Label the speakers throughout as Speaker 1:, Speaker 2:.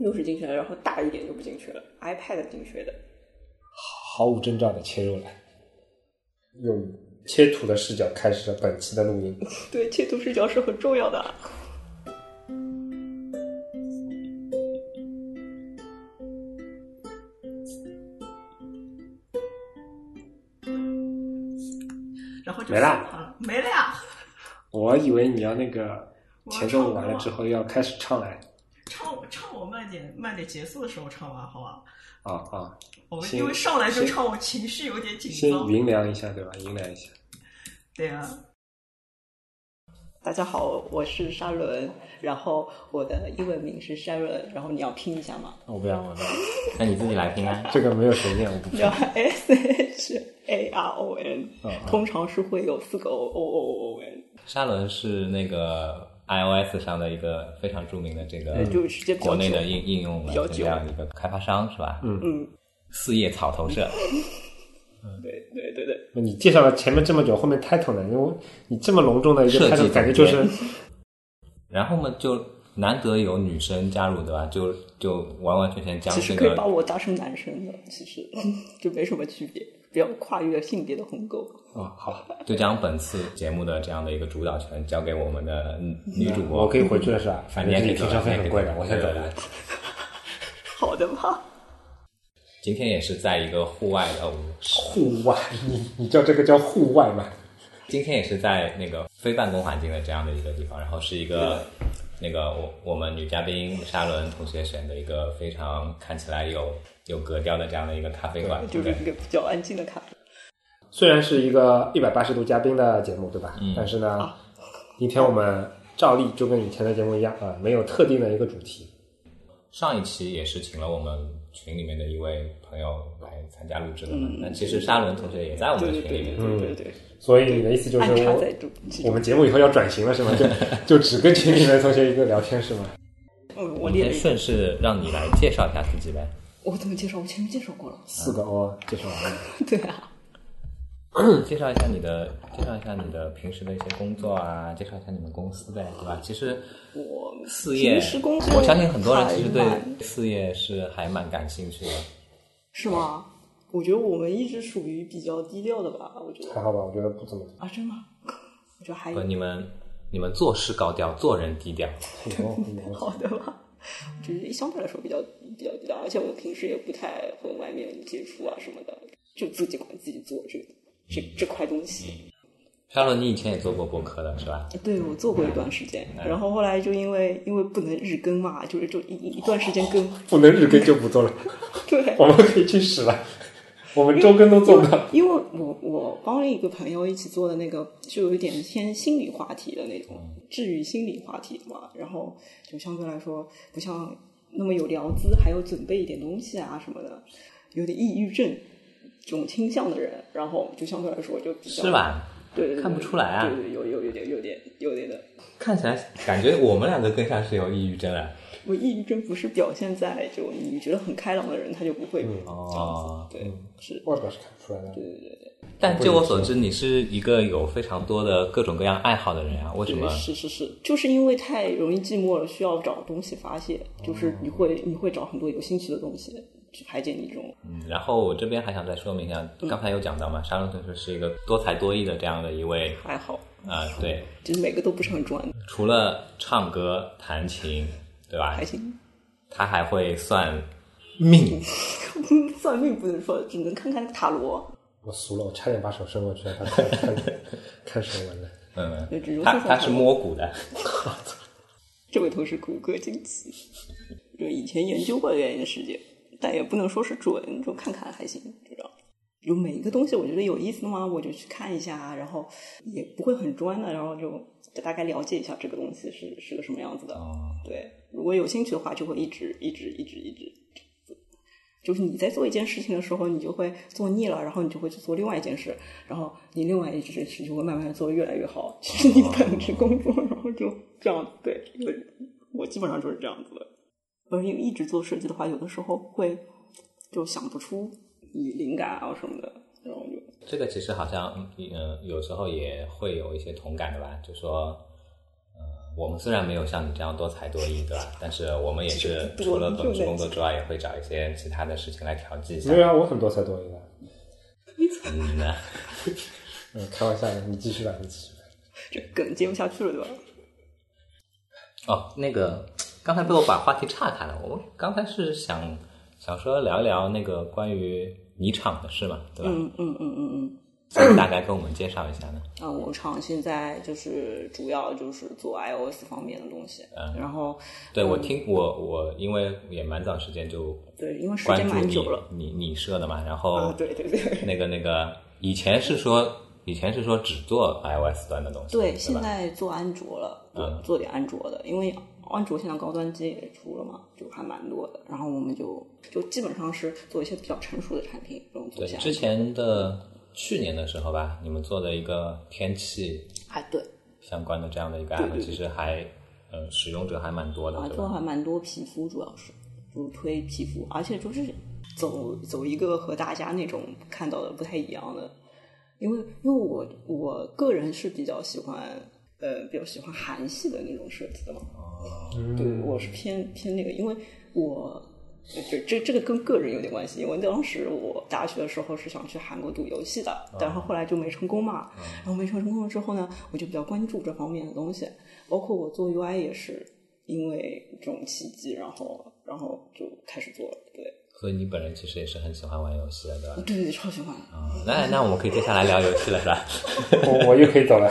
Speaker 1: 又是精确的，然后大一点就不精确了，iPad 精确的，
Speaker 2: 毫无征兆的切入来，用切图的视角开始了本期的录音。
Speaker 1: 对，切图视角是很重要的啊。然后就
Speaker 3: 没了
Speaker 1: 了，没了呀！
Speaker 3: 我以为你要那个
Speaker 1: 我要
Speaker 3: 前奏
Speaker 1: 唱
Speaker 3: 完了
Speaker 1: 歌
Speaker 3: 之后要开始唱来
Speaker 1: 唱我唱我慢点，慢点结束的时候唱完好吧？
Speaker 3: 啊啊，
Speaker 1: 我们
Speaker 3: 先
Speaker 1: 因为上来就
Speaker 3: 先
Speaker 1: 唱，我情绪有点紧
Speaker 3: 先
Speaker 1: 张。
Speaker 3: 匀量一下对吧？匀量一下。
Speaker 1: 对啊。大家好，我是沙伦，然后我的英文名是 Sharon，然后你要拼一下吗？
Speaker 2: 我不要，我不要，
Speaker 4: 那你自己来拼啊。
Speaker 2: 这个没有悬念，我不
Speaker 1: 你
Speaker 2: 拼
Speaker 1: 要 S H A R O N，、
Speaker 4: 啊
Speaker 2: 嗯嗯
Speaker 1: 通常是会有四个 O O O O N，、
Speaker 4: 沙伦是那个 iOS 上的一个非常著名的这个，
Speaker 1: 就是时间比较
Speaker 4: 国内的
Speaker 1: 久
Speaker 4: 应应用
Speaker 1: 比
Speaker 4: 文
Speaker 1: 较
Speaker 4: 的
Speaker 1: 久
Speaker 4: 这样一个开发商是吧？嗯
Speaker 1: 嗯，
Speaker 4: 四叶草投射，
Speaker 1: 对对对对，
Speaker 2: 那你介绍了前面这么久，后面 title 呢？因为你这么隆重的一个
Speaker 4: 设计
Speaker 2: title，
Speaker 4: 总
Speaker 2: 感觉就是
Speaker 4: 然后嘛就难得有女生加入对吧？就就完完全全将
Speaker 1: 其实
Speaker 4: 这
Speaker 1: 可以把
Speaker 4: 个
Speaker 1: 我当成男生的，其实 就没什么区别，不要跨越性别的鸿沟。
Speaker 2: 哦，好，
Speaker 4: 就将本次节目的这样的一个主导权交给我们的嗯女主播。
Speaker 2: 我可以回去了是吧？反正
Speaker 4: 你
Speaker 2: 这
Speaker 4: 也
Speaker 2: 里
Speaker 4: 可以
Speaker 2: 停车
Speaker 4: 走
Speaker 2: 费
Speaker 4: 了
Speaker 2: 很贵的，
Speaker 4: 你
Speaker 2: 我
Speaker 4: 也可
Speaker 2: 先
Speaker 4: 以
Speaker 2: 走
Speaker 4: 走
Speaker 2: 了
Speaker 4: 了。
Speaker 1: 好的吧，
Speaker 4: 今天也是在一个户外的，哦
Speaker 2: 户外，你你叫这个叫户外吗？
Speaker 4: 今天也是在那个非办公环境的这样的一个地方，然后是一个那个我我们女嘉宾沙伦同学选的一个非常看起来有有格调的这样的一个咖啡馆，
Speaker 1: 就
Speaker 4: 对不
Speaker 1: 是
Speaker 4: 对？
Speaker 1: 一个比较安静的咖啡。
Speaker 2: 虽然是一个一百八十度嘉宾的节目，对吧？
Speaker 4: 嗯
Speaker 2: 但是呢，
Speaker 1: 啊
Speaker 2: 今天我们照例就跟以前的节目一样啊、没有特定的一个主题。
Speaker 4: 上一期也是请了我们群里面的一位朋友来参加录制的嘛，那、其实沙伦同学也在我们嗯
Speaker 1: 对嗯
Speaker 4: 的
Speaker 1: 对
Speaker 4: 群里
Speaker 1: 对
Speaker 4: 面，
Speaker 1: 对对对，
Speaker 2: 所以你的意思就是
Speaker 1: 安插
Speaker 2: 我
Speaker 1: 在主其
Speaker 2: 我
Speaker 1: 中。
Speaker 2: 们节目以后要转型了 是吗？就就只跟群里面的同学一个聊天是吗？
Speaker 1: 嗯，
Speaker 4: 我
Speaker 1: 我
Speaker 4: 们
Speaker 1: 列了一
Speaker 4: 先
Speaker 1: 个，
Speaker 4: 顺势让你来介绍一下自己呗。
Speaker 1: 我怎么介绍？我前面介绍过了。
Speaker 2: 四个哦，介绍完了。
Speaker 1: 对啊，
Speaker 4: 介绍一下你的，介绍一下你的平时的一些工作啊，介绍一下你们公司呗，对吧？其实
Speaker 1: 我
Speaker 4: 四叶
Speaker 1: 平时工作，
Speaker 4: 我相信很多人其实对
Speaker 1: 还蛮
Speaker 4: 四叶是还蛮感兴趣的。
Speaker 1: 是吗？我觉得我们一直属于比较低调的吧，我觉
Speaker 2: 还
Speaker 1: 得
Speaker 2: 好吧，我觉得不怎么。
Speaker 1: 啊，真的吗， 我觉得还
Speaker 4: 不，你们你们做事高调，做人低调。
Speaker 2: 哦嗯
Speaker 1: 好的吧，就是相对来说比较比较低调，而且我平时也不太和外面接触啊什么的，就自己管自己做这个这这块东西。
Speaker 4: 沙伦，你以前也做过播客的是吧？
Speaker 1: 对我做过一段时间，然后后来就因为因为不能日更嘛，就是就一一段时间更，
Speaker 2: 不能日更就不做了，
Speaker 1: 对，
Speaker 2: 我们可以去屎了。我们周更都做不到。
Speaker 1: 因为我我帮了一个朋友一起做的那个，就有一点偏心理话题的那种，治愈心理话题的嘛。然后就相对来说不像那么有聊资，还有准备一点东西啊什么的，有点抑郁症这种倾向的人，然后就相对来说就比较
Speaker 4: 是？吧？
Speaker 1: 对对对，
Speaker 4: 看不出来啊
Speaker 1: 对对，有有有点有点有点的。
Speaker 4: 看起来感觉我们两个更像是有抑郁症啊了。
Speaker 1: 我抑郁症不是表现在就你觉得很开朗的人，他就不会这样子。
Speaker 4: 哦
Speaker 1: 对，是。
Speaker 2: 外表是看不出来的，
Speaker 4: 但据我所知，你是一个有非常多的各种各样爱好的人啊，为什
Speaker 1: 对，
Speaker 4: 么？
Speaker 1: 是是是，就是因为太容易寂寞了，需要找东西发泄，就是你会你会找很多有兴趣的东西去排解你这种。
Speaker 4: 嗯然后我这边还想再说明一下，刚才有讲到嘛，沙伦同学是一个多才多艺的这样的一位
Speaker 1: 还好，
Speaker 4: 啊、对，
Speaker 1: 就是每个都不是很专，
Speaker 4: 除了唱歌、弹琴，对吧
Speaker 1: 还？行。
Speaker 4: 他还会算命，
Speaker 1: 算命不能说，只能看看塔罗。
Speaker 2: 我俗了，我差点把手伸过去， 他看看看手纹了。
Speaker 4: 嗯
Speaker 1: 对只，是
Speaker 4: 他
Speaker 1: 算
Speaker 4: 他是摸骨的，
Speaker 1: 这位同事骨骼惊奇，就以前研究过原因的世界，但也不能说是准，就看看还行，知道。有每一个东西我觉得有意思的嘛，我就去看一下，啊然后也不会很专的，然后就大概了解一下这个东西是是个什么样子的。对，如果有兴趣的话，就会一直一直一直一直。就是你在做一件事情的时候，你就会做腻了，然后你就会去做另外一件事，然后你另外一件事就会慢慢地做得越来越好， 这是你本职工作，然后就这样子。对，我我基本上就是这样子的。不是因为一直做设计的话，有的时候会就想不出你灵感啊什么的，然后就
Speaker 4: 这个其嗯实好像嗯、呃有时候也会有一些同感的吧，就说，呃，我们虽然没有像你这样多才多艺，对吧？但是我们也是
Speaker 5: 不
Speaker 4: 除了
Speaker 5: 不
Speaker 4: 本职
Speaker 5: 累
Speaker 4: 工作之外，也会找一些其他的事情来调剂一下
Speaker 6: 没。有啊，我很多才多艺的。
Speaker 4: 嗯呐，
Speaker 6: 嗯，开玩笑的，你继续吧，你继续吧。
Speaker 5: 这梗接不下去了，对吧？
Speaker 4: 哦，那个刚才被我把话题岔开了，我刚才是想想说聊一聊那个关于泥厂的事嘛，对吧？
Speaker 5: 嗯嗯嗯嗯嗯。
Speaker 4: 大概跟我们介绍一下呢？
Speaker 5: 啊，我厂现在就是主要就是做 iOS 方面的东西，然后
Speaker 4: 嗯对，我听我我因为也蛮早时间就
Speaker 5: 嗯对，因为时
Speaker 4: 关
Speaker 5: 间
Speaker 4: 注
Speaker 5: 蛮
Speaker 4: 你
Speaker 5: 久了，
Speaker 4: 你你社的嘛，然后、
Speaker 5: 啊，对对对。
Speaker 4: 那个那个以前是说以前是说只做 iOS 端的东西，
Speaker 5: 对，
Speaker 4: 对，
Speaker 5: 现
Speaker 4: 吧？嗯
Speaker 5: 在做安卓了，对做点安卓的，因为安卓现在高端机也出了嘛，就还蛮多的。然后我们就就基本上是做一些比较成熟的产品，这种做
Speaker 4: 对
Speaker 5: 下来。
Speaker 4: 之前的去年的时候吧，你们做的一个天气
Speaker 5: 哎，对，
Speaker 4: 相关的这样的一个 app，其实还呃使用者还蛮多的，
Speaker 5: 啊，
Speaker 4: 对
Speaker 5: 做
Speaker 4: 吧？
Speaker 5: 还蛮多皮肤，主要是就推皮肤，而且就是走走一个和大家那种看到的不太一样的，因为因为我我个人是比较喜欢呃比较喜欢韩系的那种设计的嘛，对，我是偏偏那个，因为我这这这个跟个人有点关系，因为当时我大学的时候是想去韩国读游戏的，但是后来就没成功嘛。然后没成功了之后呢，我就比较关注这方面的东西，包括我做 UI 也是因为这种契机，然后然后就开始做了。对，
Speaker 4: 所以你本人其实也是很喜欢玩游戏的，对吧？
Speaker 5: 对对对，超喜欢。
Speaker 4: 啊、那那我们可以接下来聊游戏了，是吧？
Speaker 6: 我我又可以走了。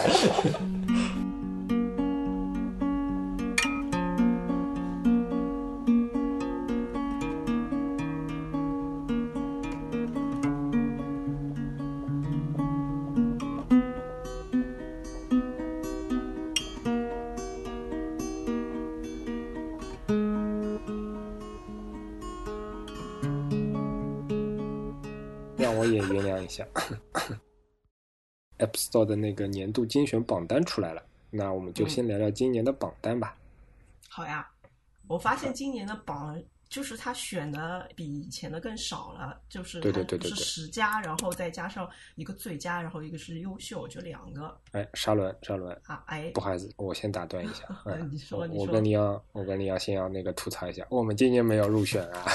Speaker 2: 让我也原谅一下。App Store 的那个年度精选榜单出来了，那我们就先聊聊今年的榜单吧。
Speaker 1: 好呀，我发现今年的榜就是他选的比以前的更少了，就是
Speaker 2: 对对
Speaker 1: 它
Speaker 2: 对对
Speaker 1: 是
Speaker 2: 对
Speaker 1: 十佳，然后再加上一个最佳，然后一个是优秀，就两个
Speaker 2: 哎，沙伦，沙伦，
Speaker 1: 啊，哎。
Speaker 2: 不，好意思，我先打断一下 哎
Speaker 1: 你说
Speaker 2: 我
Speaker 1: 你
Speaker 2: 我
Speaker 1: 说
Speaker 2: 跟你要，我跟你要先要那个吐槽一下，我们今年没有入选啊。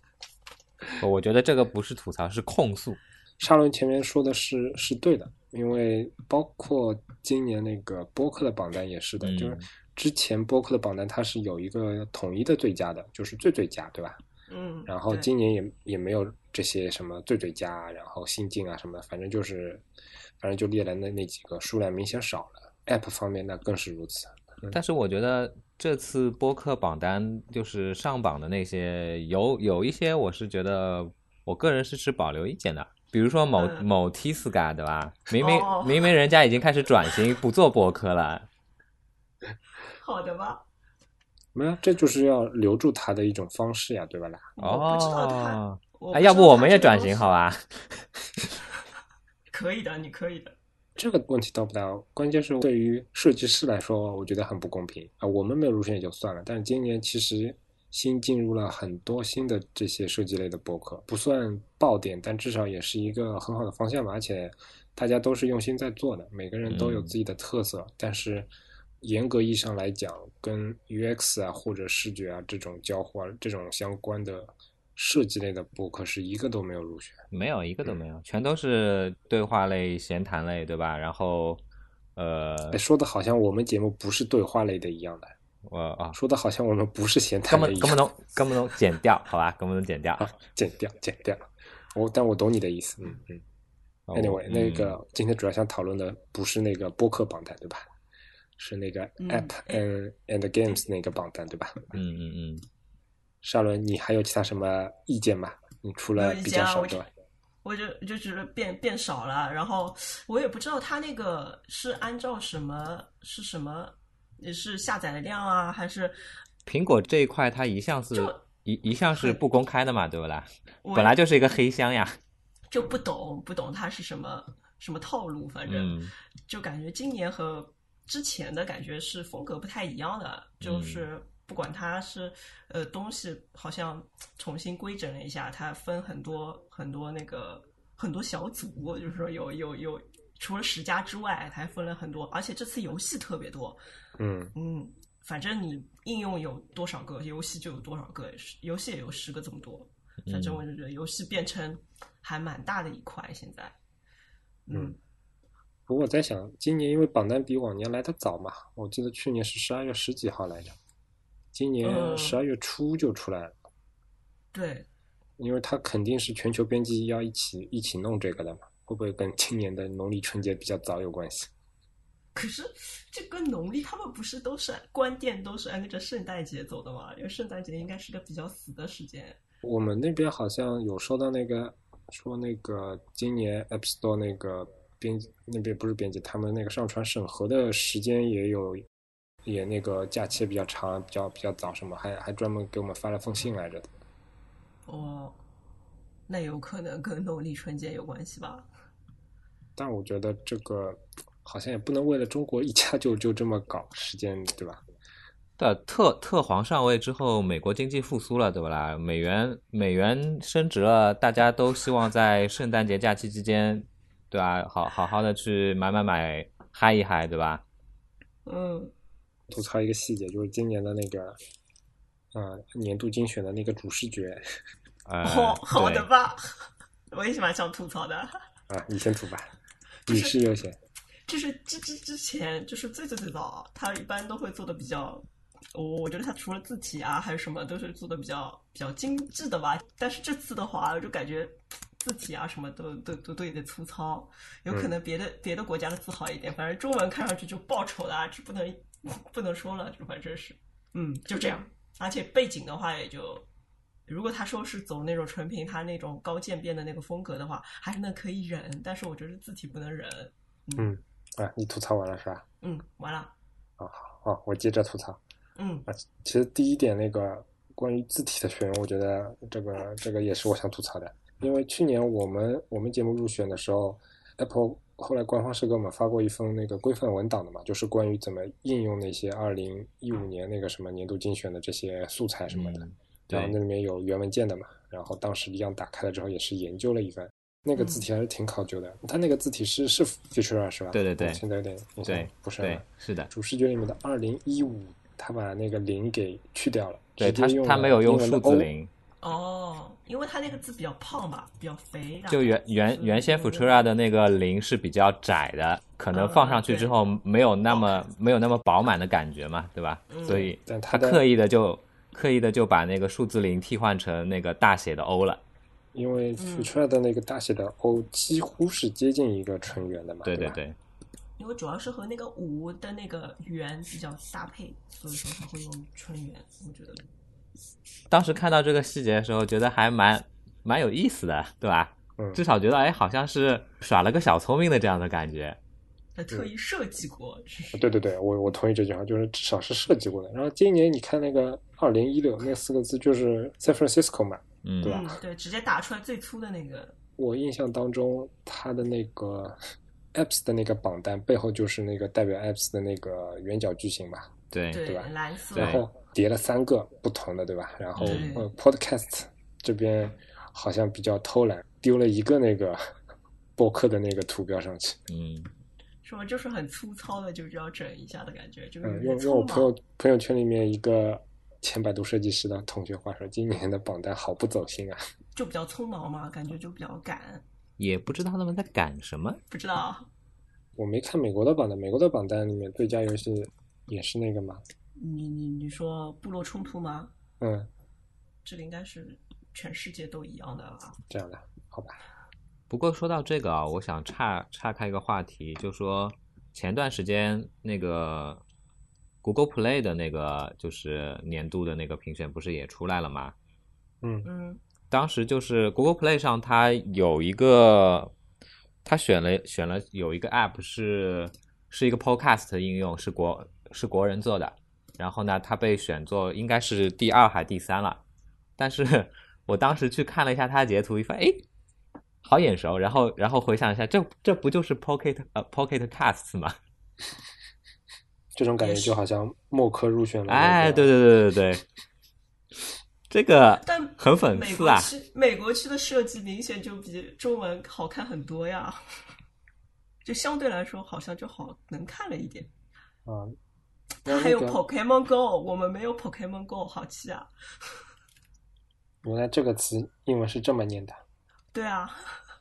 Speaker 4: 我觉得这个不是吐槽，是控诉。
Speaker 2: 沙伦前面说的是是对的，因为包括今年那个播客的榜单也是的，
Speaker 4: 嗯
Speaker 2: 就是之前播客的榜单它是有一个统一的最佳的，就是最最佳，对吧？
Speaker 1: 嗯，
Speaker 2: 然后
Speaker 1: 对
Speaker 2: 今年也也没有这些什么最最佳啊，然后新进啊什么的，反正就是，反正就列了那那几个，数量明显少了。App 方面那更是如此。
Speaker 4: 但是我觉得这次播客榜单就是上榜的那些，有有一些我是觉得我个人是持保留意见的，比如说某、
Speaker 1: 嗯
Speaker 4: 某 Tisga 对吧？明明、
Speaker 1: 哦
Speaker 4: 明明人家已经开始转型不做播客了，
Speaker 1: 好的吧，
Speaker 2: 没有，这就是要留住它的一种方式呀，对吧啦？
Speaker 1: 我不知道他，
Speaker 4: 哦，
Speaker 1: 我
Speaker 4: 哎，
Speaker 1: 知
Speaker 4: 要
Speaker 1: 道
Speaker 4: 不我
Speaker 1: 他
Speaker 4: 们也
Speaker 1: 这个
Speaker 4: 转
Speaker 1: 东
Speaker 4: 型
Speaker 1: 西
Speaker 4: 好？吧？
Speaker 1: 可以的，你可以的，
Speaker 2: 这个问题倒不大，哦关键是对于设计师来说，哦我觉得很不公平啊。我们没有入选也就算了，但是今年其实新进入了很多新的这些设计类的博客，不算爆点，但至少也是一个很好的方向吧。而且大家都是用心在做的，每个人都有
Speaker 4: 嗯
Speaker 2: 自己的特色，但是严格意义上来讲，跟 UX 啊或者视觉啊这种交互啊这种相关的设计类的博客是一个都没有入选。
Speaker 4: 没有一个都没有，全都是对话类、闲谈类，对吧？然后，呃，
Speaker 2: 哎，说的好像我们节目不是对话类的一样的。
Speaker 4: 我啊，
Speaker 2: 说的好像我们不是闲
Speaker 4: 根
Speaker 2: 谈的
Speaker 4: 本
Speaker 2: 一
Speaker 4: 根本
Speaker 2: 样，
Speaker 4: 能根本能剪掉，好吧？根本能剪掉。啊
Speaker 2: 剪掉剪掉。我但我懂你的意思，嗯嗯。
Speaker 4: 哦
Speaker 2: Anyway，、那
Speaker 4: 嗯
Speaker 2: 个今天主要想讨论的不是那个播客榜单对吧？是那个
Speaker 1: 嗯
Speaker 2: App and、and Games 那个榜单对吧？
Speaker 4: 嗯嗯嗯，
Speaker 2: 沙伦，你还有其他什么意见吗？你除了
Speaker 1: 没有意
Speaker 2: 比
Speaker 1: 见
Speaker 2: 较
Speaker 1: 啊
Speaker 2: 少
Speaker 1: 我
Speaker 2: 之外，
Speaker 1: 我就就觉得变变少了，然后我也不知道他那个是按照什么是什么，是下载的量啊，还是
Speaker 4: 苹果这一块它一向是
Speaker 1: 就
Speaker 4: 一一向是不公开的嘛，对不啦？
Speaker 1: 我
Speaker 4: 本来就是一个黑箱呀。
Speaker 1: 就不懂不懂它是什么什么套路，反正、
Speaker 4: 嗯，
Speaker 1: 就感觉今年和之前的感觉是风格不太一样的，就是不管它是呃东西好像重新规整了一下，它分很多很多那个很多小组，就是说有有有除了十家之外，它还分了很多，而且这次游戏特别多。
Speaker 2: 嗯，
Speaker 1: 嗯，反正你应用有多少个，游戏就有多少个，游戏也有十个这么多。反
Speaker 4: 嗯
Speaker 1: 正我就觉得游戏变成还蛮大的一块，现在。嗯，
Speaker 2: 不过我在想，今年因为榜单比往年来的早嘛，我记得去年是十二月十几号来着，今年
Speaker 1: 嗯
Speaker 2: 十二月初就出来了，
Speaker 1: 对，
Speaker 2: 因为它肯定是全球编辑要一起一起弄这个的嘛，会不会跟今年的农历春节比较早有关系？
Speaker 1: 可是这跟农历他们不是都是关店都是按着圣诞节走的吗？因为圣诞节应该是个比较死的时间。
Speaker 2: 我们那边好像有收到那个说那个今年 App Store 那个编辑那边不是编辑，他们那个上传审核的时间也有，也那个假期比较长，比较比较早什么，还还专门给我们发了封信来着的。
Speaker 1: 哦，那有可能跟农历春节有关系吧？
Speaker 2: 但我觉得这个好像也不能为了中国一家就就这么搞时间，对吧？
Speaker 4: 对，特特皇上位之后，美国经济复苏了，对不啦？美元美元升值了，大家都希望在圣诞节假期期间，对吧？好好好的去买买买，嗨一嗨，对吧？
Speaker 1: 嗯，
Speaker 2: 吐槽一个细节，就是今年的那个，呃，年度精选的那个主视觉
Speaker 4: 呃，
Speaker 1: 哦，好
Speaker 4: 对
Speaker 1: 的吧， 我也是蛮想吐槽的。
Speaker 2: 啊，你先吐吧，
Speaker 1: 不
Speaker 2: 女
Speaker 1: 是
Speaker 2: 士优先。
Speaker 1: 就是之之之前，就是最最最早，他一般都会做的比较，我我觉得他除了字体啊，还有什么都是做的比较比较精致的吧。但是这次的话，我就感觉字体啊什么都都都都有点粗糙，有可能别的、别的国家的字好一点，反正中文看上去就爆丑了啊，这不能不能说了，这反正是，嗯，就这样。而且背景的话，也就如果他说是走那种纯平他那种高渐变的那个风格的话，还能可以忍，但是我觉得字体不能忍。
Speaker 2: 嗯，啊，你吐槽完了是吧？
Speaker 1: 嗯，完了。
Speaker 2: 哦，我接着吐槽
Speaker 1: 嗯
Speaker 2: 啊。其实第一点那个关于字体的选用，我觉得这个这个也是我想吐槽的，因为去年我们我们节目入选的时候，Apple 后来官方是给我们发过一封那个规范文档的嘛，就是关于怎么应用那些二零一五年那个什么年度精选的这些素材什么的。
Speaker 4: 嗯
Speaker 2: 然后
Speaker 4: 对
Speaker 2: 那里面有原文件的嘛，然后当时一样打开了之后也是研究了一番，那个字体还是挺考究的。它那个字体是是 Futura 是吧？
Speaker 4: 对对对
Speaker 2: 我现在有点印象
Speaker 4: 对
Speaker 2: 不是
Speaker 4: 对，是的，
Speaker 2: 主视觉里面的二零一五，他把那个零给去掉了，
Speaker 4: 对
Speaker 2: 直接
Speaker 4: 他
Speaker 2: 用
Speaker 4: 他
Speaker 2: 了
Speaker 4: 没有用
Speaker 2: 英文的
Speaker 4: 数
Speaker 2: O
Speaker 4: 字。零，
Speaker 1: 哦，因为他那个字比较胖吧，比较肥，然后
Speaker 4: 就原原原先 Futura 的那个零是比较窄的，可能放上去之后没有那么没有那么饱满的感觉嘛，对吧？所以
Speaker 2: 但它
Speaker 4: 他
Speaker 2: 的
Speaker 4: 刻意的就刻意的就把那个数字零替换成那个大写的 O 了。
Speaker 2: 因为 Futura 的那个大写的 O 几乎是接近一个纯元的嘛，
Speaker 4: 对
Speaker 2: 对
Speaker 4: 对
Speaker 2: 吧，
Speaker 4: 对，
Speaker 1: 因为主要是和那个五的那个圆比较搭配，所以说他会用纯圆，我觉得。
Speaker 4: 当时看到这个细节的时候，觉得还蛮蛮有意思的，对吧？
Speaker 2: 嗯
Speaker 4: 至少觉得哎，好像是耍了个小聪明的这样的感觉。
Speaker 1: 他呃特意设计过，是
Speaker 2: 啊对对对，我我同意这句话，就是至少是设计过的。然后今年你看那个二零一六那四个字就是 San Francisco 嘛，
Speaker 4: 嗯，
Speaker 1: 嗯，对，直接打出来最粗的那个，
Speaker 2: 我印象当中它的那个 Apps 的那个榜单背后就是那个代表 Apps 的那个圆角矩形嘛，
Speaker 4: 对
Speaker 1: 对，
Speaker 2: 哎对吧
Speaker 1: 蓝色，
Speaker 4: 对
Speaker 2: 然后叠了三个不同的，对吧？然后
Speaker 1: 对
Speaker 2: 呃，Podcast 这边好像比较偷懒，丢了一个那个 播客的那个图标上去。
Speaker 4: 嗯，
Speaker 1: 是吧？就是很粗糙的，就是要整一下的感觉，就是有
Speaker 2: 嗯，
Speaker 1: 点
Speaker 2: 用用
Speaker 1: 匆忙
Speaker 2: 我朋友朋友圈里面一个前百度设计师的同学话说，今年的榜单好不走心啊。
Speaker 1: 就比较匆忙嘛，感觉就比较赶，
Speaker 4: 也不知道他们在赶什么。
Speaker 1: 不知道
Speaker 2: 我没看美国的榜单，美国的榜单里面最佳游戏也是那个嘛，
Speaker 1: 你你你说部落冲突吗？
Speaker 2: 嗯，
Speaker 1: 这个应该是全世界都一样的啊吧？
Speaker 2: 这样的，好吧，
Speaker 4: 不过说到这个啊，我想岔岔开一个话题，就说前段时间那个 Google Play 的那个就是年度的那个评选不是也出来了吗？
Speaker 2: 嗯
Speaker 1: 嗯
Speaker 4: 当时就是 Google Play 上它有一个，它选了选了有一个 App 是是一个 Podcast 应用，是国是国人做的。然后呢，它被选作应该是第二还第三了。但是我当时去看了一下它的截图，一发哎，好眼熟。然后然后回想一下，这这不就是 Pocket 呃 Pocket Casts 吗？
Speaker 2: 这种感觉就好像默克入选了、那个。
Speaker 4: 哎，对对对对对，这个
Speaker 1: 但
Speaker 4: 很粉
Speaker 1: 美
Speaker 4: 刺
Speaker 1: 国
Speaker 4: 啊。
Speaker 1: 区美国区的设计明显就比中文好看很多呀。就相对来说好像就好能看了一点。
Speaker 2: 啊，
Speaker 1: 它
Speaker 2: 那
Speaker 1: 还有
Speaker 2: 那个
Speaker 1: Pokemon Go，我们没有 Pokemon Go，好气啊！
Speaker 2: 原来这个词英文是这么念的，
Speaker 1: 对啊，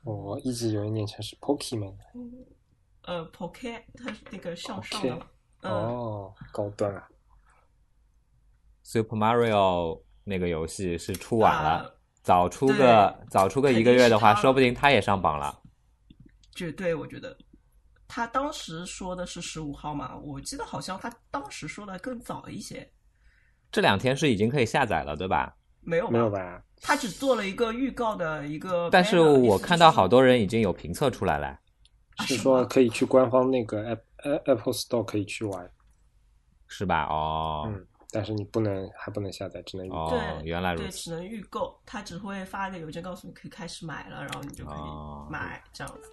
Speaker 2: 我一直以为念成是 Pokemon。
Speaker 1: 呃，Poke 它是那个向上的嘛，嗯，
Speaker 2: 哦，高端啊！
Speaker 4: Super Mario 那个游戏是出晚了，
Speaker 1: 啊
Speaker 4: 早出个
Speaker 1: 对
Speaker 4: 早出个一个月的话，
Speaker 1: 肯定是它
Speaker 4: 说不定它也上榜了。
Speaker 1: 绝对我觉得。他当时说的是十五号嘛，我记得好像他当时说的更早一些，
Speaker 4: 这两天是已经可以下载了，对吧？
Speaker 1: 没有吧？
Speaker 2: 没有吧？
Speaker 1: 他只做了一个预告的一个 banner，
Speaker 4: 但是我看到好多人已经有评测出来了。
Speaker 1: 啊
Speaker 2: 是
Speaker 1: 什
Speaker 2: 说
Speaker 1: 么
Speaker 2: 可以去官方那个 App App- Apple Store 可以去玩，
Speaker 4: 是吧？哦，
Speaker 2: 嗯，但是你不能还不能下载，只能预
Speaker 4: 哦
Speaker 1: 对，
Speaker 4: 原来如
Speaker 1: 对，
Speaker 4: 此
Speaker 1: 只能预购，他只会发一个邮件告诉你可以开始买了，然后你就可
Speaker 4: 哦
Speaker 1: 以买、这样子。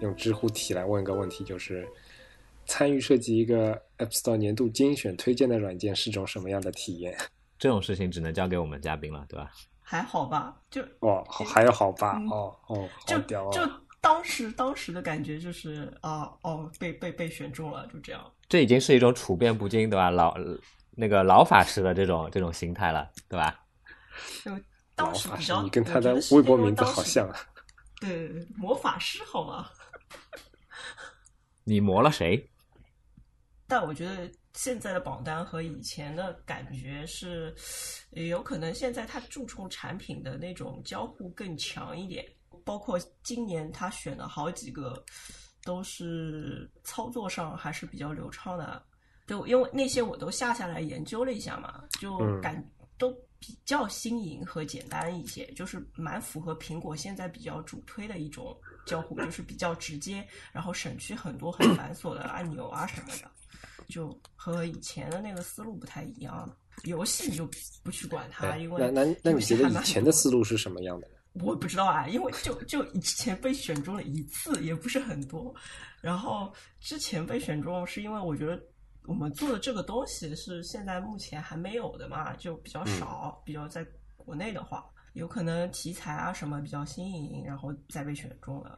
Speaker 2: 用知乎体来问个问题，就是参与设计一个 App Store 年度精选推荐的软件是种什么样的体验？
Speaker 4: 这种事情只能交给我们嘉宾了，对吧？
Speaker 1: 还好吧，就
Speaker 2: 哦，好，还有好吧，
Speaker 1: 嗯
Speaker 2: 哦哦，好
Speaker 1: 就
Speaker 2: 屌
Speaker 1: 就
Speaker 2: 哦！
Speaker 1: 当时当时的感觉就是啊哦被被被选中了，就这样。
Speaker 4: 这已经是一种处变不惊，对吧？老那个老法师的这种这种心态了，对吧？
Speaker 1: 当
Speaker 2: 老
Speaker 1: 时
Speaker 2: 法
Speaker 1: 比
Speaker 2: 师
Speaker 1: 较，，
Speaker 2: 你跟
Speaker 1: 我
Speaker 2: 他
Speaker 1: 觉
Speaker 2: 的
Speaker 1: 得是
Speaker 2: 微
Speaker 1: 因
Speaker 2: 博
Speaker 1: 为
Speaker 2: 名字
Speaker 1: 当
Speaker 2: 好
Speaker 1: 时
Speaker 2: 像啊！
Speaker 1: 对对对，魔法师好吗？
Speaker 4: 你磨了谁？
Speaker 1: 但我觉得现在的榜单和以前的感觉是，呃有可能现在它注重产品的那种交互更强一点。包括今年他选了好几个，都是操作上还是比较流畅的。就因为那些我都下下来研究了一下嘛，就
Speaker 2: 嗯
Speaker 1: 感、都比较新颖和简单一些，就是蛮符合苹果现在比较主推的一种交互，就是比较直接，然后省去很多很繁琐的按钮啊什么的。就和以前的那个思路不太一样了。游戏你就不去管它，
Speaker 2: 哎
Speaker 1: 啊因
Speaker 2: 那
Speaker 1: 为
Speaker 2: 那那
Speaker 1: 游
Speaker 2: 你
Speaker 1: 戏
Speaker 2: 觉得
Speaker 1: 还
Speaker 2: 以
Speaker 1: 蛮
Speaker 2: 前
Speaker 1: 多
Speaker 2: 的思路是什么样的呢？
Speaker 1: 我不知道啊，因为就就以前被选中了一次，也不是很多。然后之前被选中是因为我觉得我们做的这个东西是现在目前还没有的嘛，就比较
Speaker 2: 嗯
Speaker 1: 少，比较在国内的话，有可能题材啊什么比较新颖，然后再被选中了。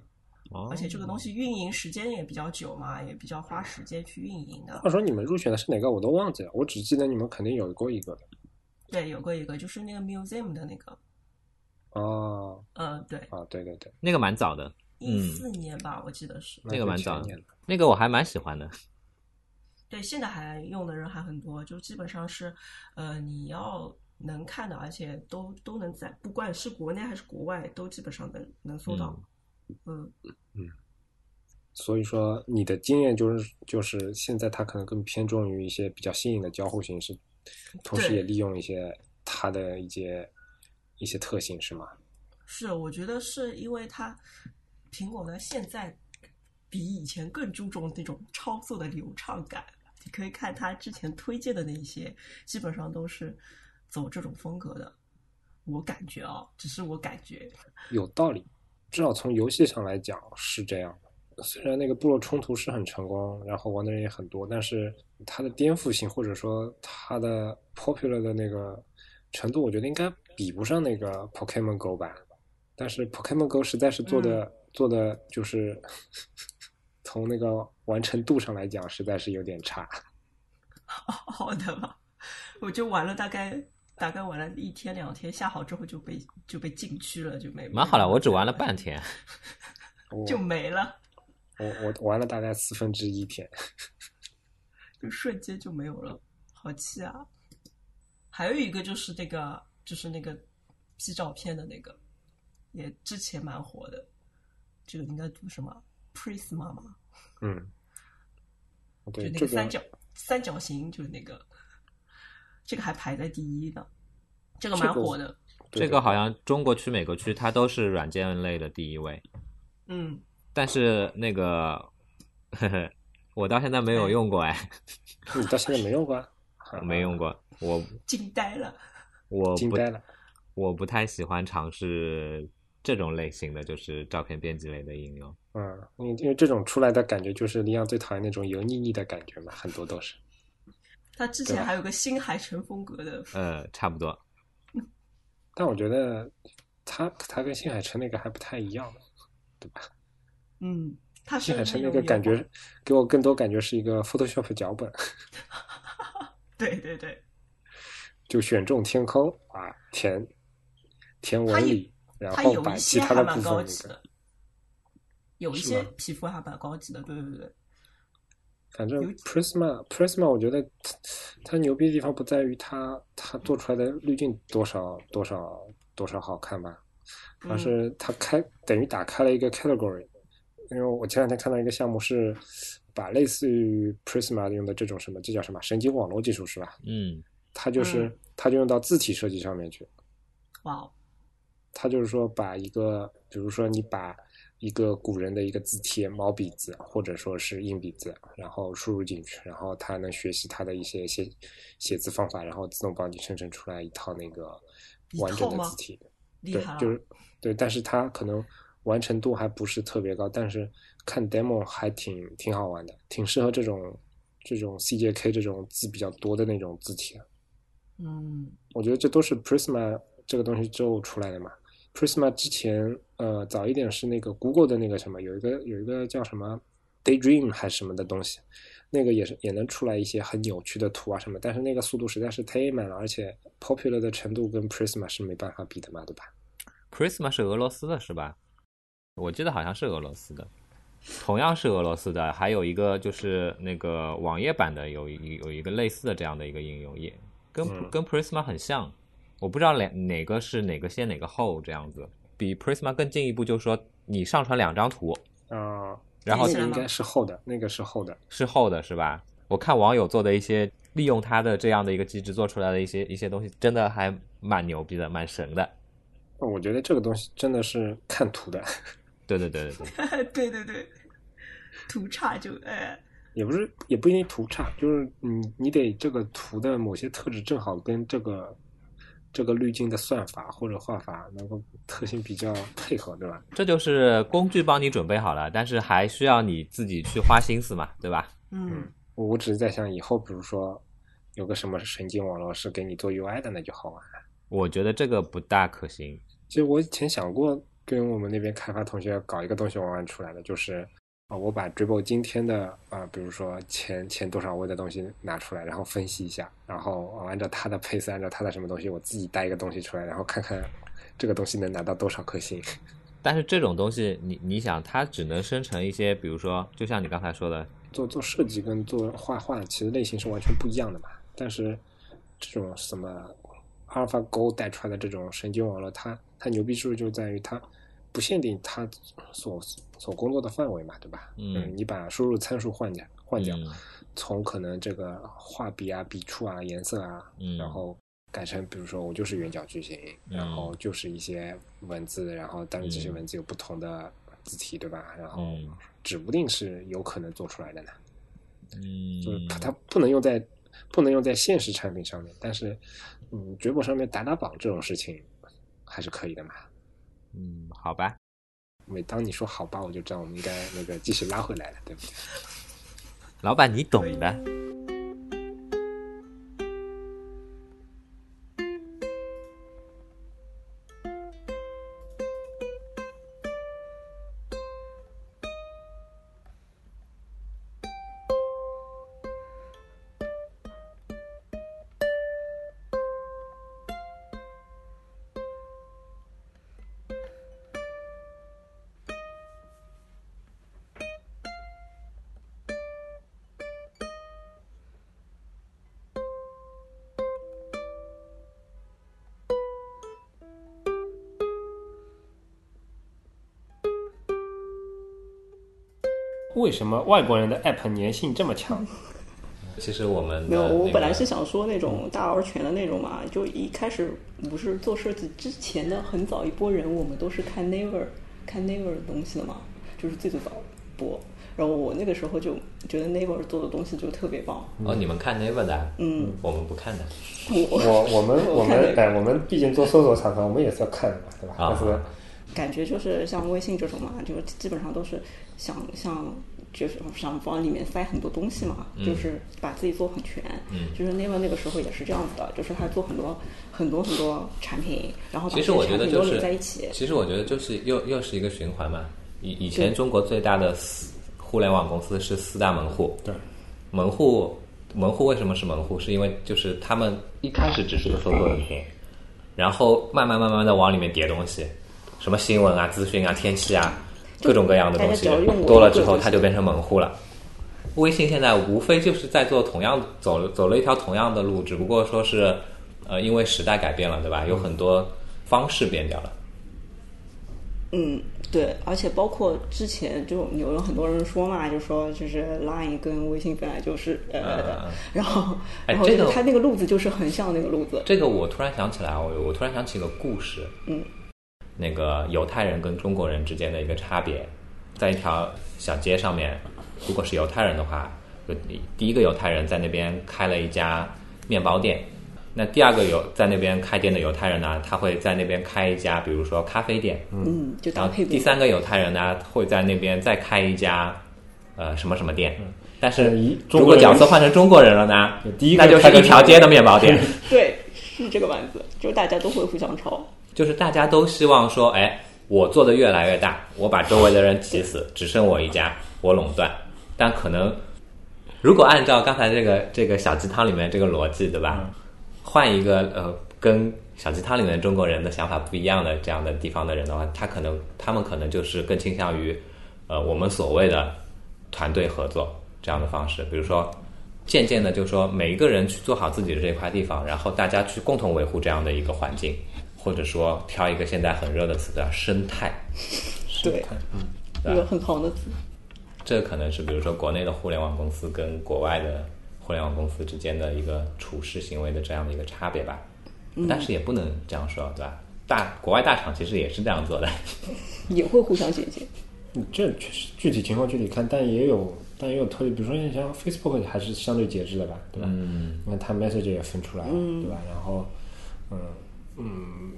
Speaker 4: 哦
Speaker 1: 而且这个东西运营时间也比较久嘛，也比较花时间去运营的。
Speaker 2: 话说你们入选的是哪个我都忘记了，我只记得你们肯定有过一个的。
Speaker 1: 对，有过一个就是那个 museum 的那个，
Speaker 2: 哦
Speaker 1: 呃，对，
Speaker 2: 啊，对对对，
Speaker 4: 那个蛮早的，
Speaker 1: 一四年吧，我记得是。
Speaker 4: 那个蛮早
Speaker 2: 全
Speaker 4: 的
Speaker 2: 年了。
Speaker 4: 那个我还蛮喜欢的。
Speaker 1: 对，现在还用的人还很多，就基本上是，呃，你要能看到，而且都都能在，不管是国内还是国外，都基本上能能搜到。嗯，
Speaker 2: 所以说，你的经验就是，就是现在它可能更偏重于一些比较新颖的交互形式，同时
Speaker 1: 对
Speaker 2: 也利用一些它的一些一些特性，是吗？
Speaker 1: 是，我觉得是因为它苹果呢现在比以前更注重那种操作的流畅感。你可以看它之前推荐的那一些，基本上都是走这种风格的。我感觉啊、只是我感觉，
Speaker 2: 有道理，至少从游戏上来讲是这样的。虽然那个部落冲突是很成功，然后玩的人也很多，但是它的颠覆性或者说它的 popular 的那个程度，我觉得应该比不上那个 Pokemon Go 吧。但是 Pokemon Go 实在是做的、
Speaker 1: 嗯
Speaker 2: 做的就是 从那个完成度上来讲，实在是有点差。
Speaker 1: 好的吧，我就玩了大概大概玩了一天两天，下好之后就被就被禁区了，就没
Speaker 4: 蛮好的，我只 玩了半天。
Speaker 2: 我
Speaker 1: 就没了，
Speaker 2: 我我玩了大概四分之一天，
Speaker 1: 就瞬间就没有了，好气啊！还有一个就是那个就是那个 P 照片的那个，也之前蛮火的，这个应该读什么 Prisma 吗？
Speaker 2: 嗯，
Speaker 1: 就
Speaker 2: 对
Speaker 1: 那个
Speaker 2: 这个
Speaker 1: 三角三角形，就是那个，这个还排在第一的，这个蛮
Speaker 2: 这个
Speaker 1: 火的。
Speaker 2: 对
Speaker 4: 这
Speaker 2: 对
Speaker 4: 个好像中国区、美国区它都是软件类的第一位，
Speaker 1: 嗯，
Speaker 4: 但是那个呵呵，我到现在没有用过哎，
Speaker 2: 你到现在没用过啊？
Speaker 4: 没用过，我
Speaker 1: 惊呆了。
Speaker 4: 我
Speaker 2: 惊
Speaker 4: 不
Speaker 2: 呆了。
Speaker 4: 我不太喜欢尝试这种类型的，就是照片编辑类的应用。
Speaker 2: 嗯，因为因为这种出来的感觉就是李阳最讨厌那种油腻腻的感觉嘛，很多都是。
Speaker 1: 他之前还有个新海诚风格的，
Speaker 2: 嗯
Speaker 4: 呃，差不多，
Speaker 2: 但我觉得他他跟新海诚那个还不太一样，对吧？
Speaker 1: 嗯，他是
Speaker 2: 新海诚
Speaker 1: 那
Speaker 2: 那
Speaker 1: 种
Speaker 2: 个感
Speaker 1: 油
Speaker 2: 觉给我更多感觉是一个 Photoshop 脚本，
Speaker 1: 对对对，
Speaker 2: 就选中天空啊，填填
Speaker 1: 他
Speaker 2: 纹
Speaker 1: 有
Speaker 2: 理，然
Speaker 1: 他
Speaker 2: 后
Speaker 1: 有
Speaker 2: 把
Speaker 1: 一
Speaker 2: 其
Speaker 1: 些
Speaker 2: 他
Speaker 1: 还
Speaker 2: 的
Speaker 1: 蛮
Speaker 2: 部
Speaker 1: 高
Speaker 2: 分
Speaker 1: 级
Speaker 2: 那
Speaker 1: 的
Speaker 2: 个，，
Speaker 1: 有一
Speaker 2: 是
Speaker 1: 些
Speaker 2: 吗
Speaker 1: 皮肤还蛮高级的，对对对，
Speaker 2: 反正
Speaker 1: 有
Speaker 2: Prisma Prisma，我觉得它它牛逼的地方不在于它它做出来的滤镜多少多少多少好看吧，而
Speaker 1: 嗯
Speaker 2: 是它开等于打开了一个 category。因为我前两天看到一个项目是把类似于 Prisma 用的这种什么，这叫什么神经网络技术是吧？
Speaker 4: 嗯，
Speaker 2: 它就是、
Speaker 1: 嗯
Speaker 2: 它就用到字体设计上面去，
Speaker 1: 哇哦，
Speaker 2: 它就是说把一个，比如说你把一个古人的一个字帖毛笔字或者说是硬笔字，然后输入进去，然后它能学习它的一些写写字方法，然后自动帮你生成出来一套那个完整
Speaker 1: 一套
Speaker 2: 的
Speaker 1: 吗
Speaker 2: 字体。
Speaker 1: 厉
Speaker 2: 对
Speaker 1: 害，了，
Speaker 2: 就是对，但是它可能完成度还不是特别高，但是看 demo 还挺挺好玩的，挺适合这种这种 CJK 这种字比较多的那种字体的。
Speaker 1: 嗯
Speaker 2: 我觉得这都是 Prisma 这个东西之后出来的嘛。Prisma 之前，呃，早一点是那个 Google 的那个什么，有一个有一个叫什么 Daydream 还是什么的东西，那个也是也能出来一些很扭曲的图啊什么，但是那个速度实在是太慢了，而且 popular 的程度跟 Prisma 是没办法比的嘛，对吧？
Speaker 4: Prisma 是俄罗斯的是吧？我记得好像是俄罗斯的，同样是俄罗斯的，还有一个就是那个网页版的有一有一个类似的这样的一个应用，也跟、
Speaker 2: 嗯
Speaker 4: 跟 Prisma 很像，我不知道两哪个是哪个先哪个后这样子。比 Prisma 更进一步，就是说你上传两张图
Speaker 2: 啊、
Speaker 4: 然后
Speaker 2: 那
Speaker 1: 是
Speaker 2: 个
Speaker 1: 吗
Speaker 2: 应该是厚的，那个是厚的，
Speaker 4: 是后的是吧？我看网友做的一些利用它的这样的一个机制做出来的一些一些东西，真的还蛮牛逼的，蛮神的。
Speaker 2: 我觉得这个东西真的是看图的，
Speaker 4: 对对对对对。
Speaker 1: 对对对， 图差就哎，
Speaker 2: 也不是也不一定图差，就是你你得这个图的某些特质正好跟这个这个滤镜的算法或者画法能够特性比较 配合，对吧？
Speaker 4: 这就是工具帮你准备好了，但是还需要你自己去花心思嘛，对吧？
Speaker 1: 嗯，
Speaker 2: 我我只是在想，以后比如说有个什么神经网络是给你做 UI 的，那就好玩。
Speaker 4: 我觉得这个不大可行。
Speaker 2: 其实我以前想过跟我们那边开发同学搞一个东西玩玩出来的，就是啊、呃我把 Dribble 今天的啊、呃比如说前前多少位的东西拿出来，然后分析一下，然后、呃按照它的配色，按照它的什么东西，我自己带一个东西出来，然后看看这个东西能拿到多少颗星。
Speaker 4: 但是这种东西，你你想，它只能生成一些，比如说，就像你刚才说的，
Speaker 2: 做做设计跟做画画其实类型是完全不一样的嘛，但是这种什么 AlphaGo 带出来的这种神经网络，它它牛逼之处就在于它不限定它所所工作的范围嘛，对吧？
Speaker 4: 嗯
Speaker 2: 你把输入参数换掉换掉，
Speaker 4: 嗯
Speaker 2: 从可能这个画笔啊、笔触啊、颜色啊，
Speaker 4: 嗯
Speaker 2: 然后改成比如说我就是圆角矩形，
Speaker 4: 嗯
Speaker 2: 然后就是一些文字，然后当然这些
Speaker 4: 嗯
Speaker 2: 文字有不同的字体，对吧？然后
Speaker 4: 嗯
Speaker 2: 指不定是有可能做出来的呢。就是
Speaker 4: 嗯，
Speaker 2: 它它不能用在不能用在现实产品上面，但是嗯，绝博上面打打榜这种事情还是可以的嘛。
Speaker 4: 嗯，好吧，
Speaker 2: 每当你说好吧，我就知道我们应该那个继续拉回来了，对不对？
Speaker 4: 老板你懂的。
Speaker 2: 为什么外国人的 app 粘性这么强？
Speaker 4: 其实我们的
Speaker 5: 没有，我
Speaker 4: 呃那
Speaker 5: 本来
Speaker 4: 个嗯
Speaker 5: 是想说那种大而全的那种嘛，就一开始不是做设计之前的很早一波人，我们都是看 Naver 看 Naver 的东西的嘛，就是最最早播。然后我那个时候就觉得 Naver 做的东西就特别棒，
Speaker 4: 哦，你们看 Never 的，嗯，我们不看的。
Speaker 5: 我
Speaker 6: 我我们我
Speaker 5: 看
Speaker 6: 们
Speaker 5: 那个
Speaker 6: 哎，我们毕竟做搜索厂商，我们也是要看的嘛，对吧？
Speaker 4: 啊
Speaker 6: 但是
Speaker 5: 感觉就是像微信这种嘛，就是基本上都是想想就是想往里面塞很多东西嘛，就是把自己做很全。
Speaker 4: 嗯
Speaker 5: 就是 Naver 那个时候也是这样子的，就是他做很多很多很多产品，然后把
Speaker 4: 其
Speaker 5: 这
Speaker 4: 实
Speaker 5: 些
Speaker 4: 我觉
Speaker 5: 产
Speaker 4: 得
Speaker 5: 品
Speaker 4: 就
Speaker 5: 都
Speaker 4: 是
Speaker 5: 连在一起。
Speaker 4: 其实我觉得就是又又是一个循环嘛。以以前
Speaker 5: 对
Speaker 4: 中国最大的四互联网公司是四大门户，
Speaker 2: 对，
Speaker 4: 门户门户为什么是门户？是因为就是他们一开始只是个搜索引擎，然后慢慢慢慢的往里面叠东西，什么新闻啊、资讯啊、天气啊，各种各样的东西
Speaker 5: 大家只要用我
Speaker 4: 多了
Speaker 5: 一个
Speaker 4: 之后，
Speaker 5: 就行
Speaker 4: 它就变成门户了。微信现在无非就是在做同样走走了一条同样的路，只不过说是呃，因为时代改变了，对吧？有很多方式变掉了。
Speaker 5: 嗯，对，而且包括之前就有很多人说嘛，就说就是 Line 跟微信本来就是呃，
Speaker 4: 嗯
Speaker 5: 然后
Speaker 4: 哎
Speaker 5: 然后
Speaker 4: 这个
Speaker 5: 就是他那个路子就是很像那个路子，
Speaker 4: 这个我突然想起来，我我突然想起个故事，
Speaker 5: 嗯，
Speaker 4: 那个犹太人跟中国人之间的一个差别，在一条小街上面，如果是犹太人的话，就第一个犹太人在那边开了一家面包店，那第二个犹在那边开店的犹太人呢，他会在那边开一家，比如说咖啡店，
Speaker 5: 嗯，就
Speaker 4: 然
Speaker 5: 搭
Speaker 4: 后
Speaker 5: 配
Speaker 4: 啊第三个犹太人呢会在那边再开一家，呃什么什么店。但是
Speaker 6: 嗯
Speaker 4: 如果角色换成中国人 了呢
Speaker 6: 对第一，个
Speaker 4: 那就是
Speaker 6: 开的
Speaker 4: 一条街的面包店。
Speaker 5: 对是这个丸子，就是大家都会互相抄，
Speaker 4: 就是大家都希望说，哎，我做的越来越大，我把周围的人挤死，只剩我一家，我垄断。但可能如果按照刚才这个这个小鸡汤里面这个逻辑，对吧？换一个呃，跟小鸡汤里面中国人的想法不一样的这样的地方的人的话，他可能他们可能就是更倾向于呃我们所谓的团队合作这样的方式，比如说。渐渐的，就说每一个人去做好自己的这块地方，然后大家去共同维护这样的一个环境，或者说挑一个现在很热的词叫生态，
Speaker 5: 对，
Speaker 4: 对
Speaker 5: 一个很好的词，
Speaker 4: 这可能是比如说国内的互联网公司跟国外的互联网公司之间的一个处事行为的这样的一个差别吧。但是也不能这样说，对吧？大国外大厂其实也是这样做的，
Speaker 5: 也会互相借鉴，
Speaker 2: 嗯这确实具体情况具体看，但也有但也有特例，比如说你像 Facebook 还是相对节制的吧，对吧？嗯，那它 Message 也分出来了，对吧？然后，嗯嗯，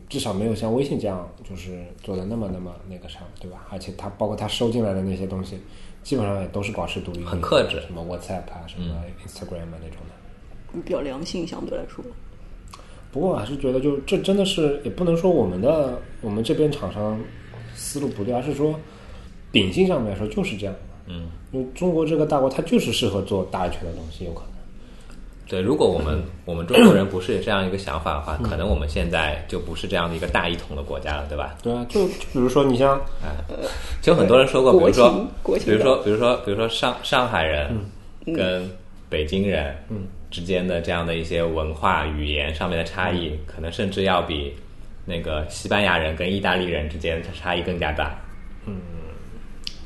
Speaker 2: 至少没有像微信这样就是做的那么那么那个啥，对吧？而且它包括它收进来的那些东西，基本上也都是保持独立的，
Speaker 4: 很克制嗯
Speaker 2: 什么 WhatsApp 啊，什么 Instagram 啊那种的。
Speaker 5: 比较良性，相对来说，
Speaker 2: 不过我还是觉得就，这真的是也不能说我们的我们这边厂商思路不对，而是说秉性上面来说就是这样。嗯，因为中国这个大国，它就是适合做大一圈的东西，有可能。
Speaker 4: 对，如果我们我们中国人不是有这样一个想法的话，可能我们现在就不是这样的一个大一统的国家了，对吧？
Speaker 2: 对啊，就就比如说你像，
Speaker 4: 其实很多人说过，比如说，
Speaker 5: 国情
Speaker 4: 比
Speaker 5: 国情的嗯
Speaker 4: 如说，比如说，比如说上上海人跟北京人之间的这样的一些文化语言上面的差异，可能甚至要比那个西班牙人跟意大利人之间的差异更加大。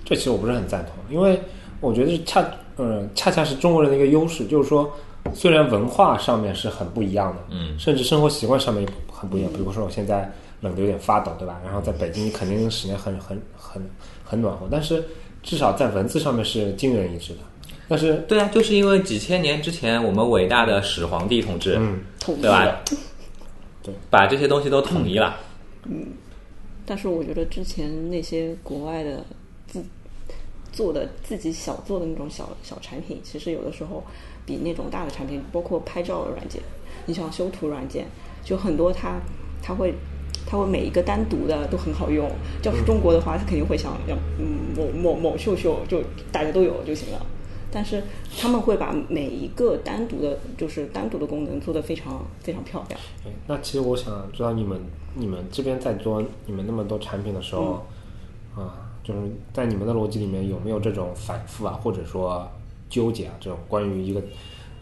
Speaker 2: 这其实我不是很赞同，因为我觉得是恰嗯恰恰是中国人的一个优势，就是说虽然文化上面是很不一样的，
Speaker 4: 嗯
Speaker 2: 甚至生活习惯上面也很不一样。比如说我现在冷的有点发抖，对吧？然后在北京你肯定室内很很很很暖和，但是至少在文字上面是惊人一致的。但是
Speaker 4: 对啊，就是因为几千年之前我们伟大的始皇帝同志，
Speaker 5: 统
Speaker 4: 对
Speaker 5: 一的
Speaker 4: 吧。？
Speaker 2: 对，
Speaker 4: 把这些东西都统一了。
Speaker 5: 但是我觉得之前那些国外的自做的自己小做的那种小小产品，其实有的时候比那种大的产品，包括拍照的软件，你像修图软件，就很多它它会。它会每一个单独的都很好用，要是中国的话，它肯定会想要嗯某某某秀秀就大家都有就行了。但是他们会把每一个单独的，就是单独的功能做得非常非常漂亮。
Speaker 2: 哎那其实我想知道你们你们这边在做你们那么多产品的时候，啊、就是在你们的逻辑里面有没有这种反复啊，或者说纠结啊，这种关于一个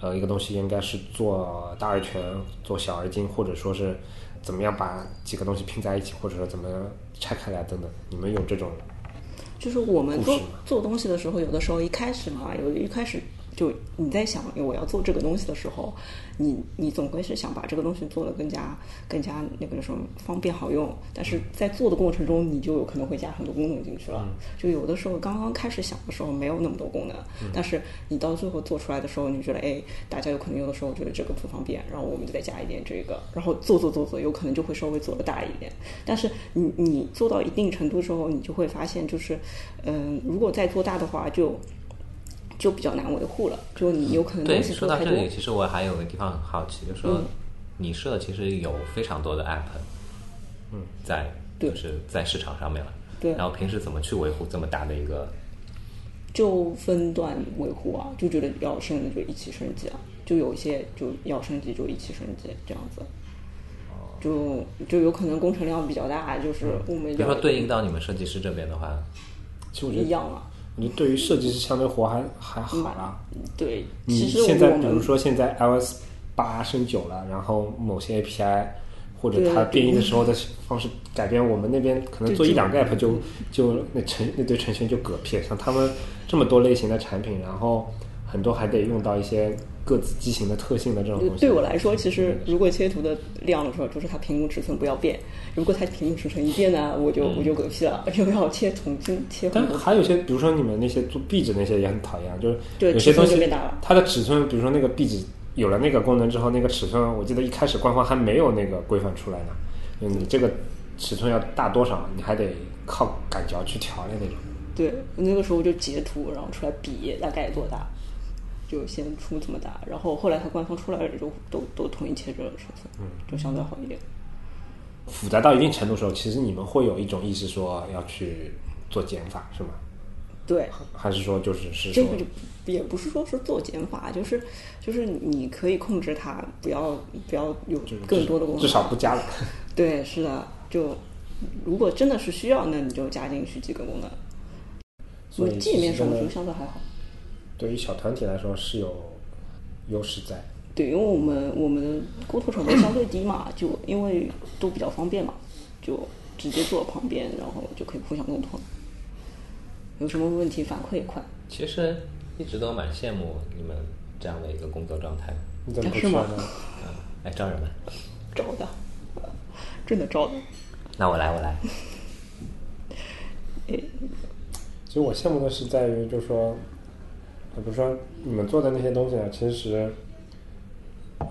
Speaker 2: 呃一个东西应该是做大而全，做小而精，或者说是怎么样把几个东西拼在一起，或者说怎么样拆开来等等，你们有这种
Speaker 5: 就是我们
Speaker 2: 故
Speaker 5: 做
Speaker 2: 事嘛
Speaker 5: 做东西的时候，有的时候一开始嘛，有的一开始就你在想哎我要做这个东西的时候，你你总归是想把这个东西做得更加更加那个什么方便好用，
Speaker 2: 嗯
Speaker 5: 但是在做的过程中，你就有可能会加很多功能进去了。就有的时候刚刚开始想的时候没有那么多功能，
Speaker 4: 嗯
Speaker 5: 但是你到最后做出来的时候，你觉得哎，大家有可能用的时候觉得这个不方便，然后我们就再加一点这个，然后做做做做，有可能就会稍微做的大一点。但是你你做到一定程度之后，你就会发现，就是嗯，如果再做大的话，就就比较难维护了。就你有可能
Speaker 4: 嗯对，
Speaker 5: 东西
Speaker 4: 说
Speaker 5: 做
Speaker 4: 到
Speaker 5: 太
Speaker 4: 这
Speaker 5: 多，嗯
Speaker 4: 里，其实我还有个地方很好奇，就是说你社其实有非常多的 app，嗯，在
Speaker 5: 对
Speaker 4: 就是在市场上面了。
Speaker 5: 对
Speaker 4: 然后平时怎么去维护这么大的一个？
Speaker 5: 就分段维护啊，就觉得要升级就一起升级啊，就有一些就要升级就一起升级这样子。就就有可能工程量比较大，就是我们
Speaker 4: 嗯比如说
Speaker 5: 要
Speaker 4: 对应到你们设计师这边的话，
Speaker 2: 其实我觉
Speaker 5: 一
Speaker 2: 得，
Speaker 5: 样啊。
Speaker 2: 我觉得对于设计师相对活还还好啦。
Speaker 5: 对，
Speaker 2: 你
Speaker 5: 其实我
Speaker 2: 现在
Speaker 5: 们
Speaker 2: 比如说现在 iOS 八升九了，然后某些 API 或者它
Speaker 5: 对
Speaker 2: 编译的时候的方式改变，我们那边可能做一两个 app
Speaker 5: 嗯
Speaker 2: 就就那程那对程序员就嗝屁了。像他们这么多类型的产品，然后很多还得用到一些各自机型的特性的这种东西。
Speaker 5: 对我来说，其实如果切图的量的时候，就是它屏幕尺寸不要变。如果它屏幕尺寸一变呢，我就我
Speaker 4: 嗯
Speaker 5: 就嗝屁了， 又要切重新切很
Speaker 2: 但
Speaker 5: 多。
Speaker 2: 还有些，比如说你们那些做壁纸那些也很讨厌啊，就是
Speaker 5: 对
Speaker 2: 有些东
Speaker 5: 尺寸就
Speaker 2: 西
Speaker 5: 变大了
Speaker 2: 它的尺寸，比如说那个壁纸有了那个功能之后，那个尺寸我记得一开始官方还没有那个规范出来呢，就你这个尺寸要大多少，你还得靠感觉去调的那种。
Speaker 5: 对，那个时候就截图，然后出来比大概多大，就先出这么大。然后后来它官方出来了，就都都统一切这个尺寸，
Speaker 2: 嗯
Speaker 5: 就相对好一点。
Speaker 2: 复杂到一定程度的时候，其实你们会有一种意识说要去做减法，是吗？
Speaker 5: 对，
Speaker 2: 还是说就是是
Speaker 5: 这
Speaker 2: 说
Speaker 5: 个就也不是说是做减法，就是就是你可以控制它，不要不要有更多的功能，
Speaker 2: 至少不加了？
Speaker 5: 对，是的，就如果真的是需要，那你就加进去几个功能。
Speaker 2: 所以
Speaker 5: 界面上我
Speaker 2: 其
Speaker 5: 觉
Speaker 2: 实
Speaker 5: 得相对还好。
Speaker 2: 对于小团体来说是有优势在。
Speaker 5: 对，因为我们我们的沟通成本相对低嘛，就因为都比较方便嘛，就直接坐旁边，然后就可以互相沟通。有什么问题反馈也快。
Speaker 4: 其实一直都蛮羡慕你们这样的一个工作状态。
Speaker 2: 你怎么不
Speaker 5: 啊是
Speaker 2: 说
Speaker 5: 吗
Speaker 2: 呢？
Speaker 4: 嗯，来招人吧，
Speaker 5: 招的，呃真的招的。
Speaker 4: 那我来，我来。
Speaker 2: 其实我羡慕的是在于，就是说，呃比如说你们做的那些东西啊，其实，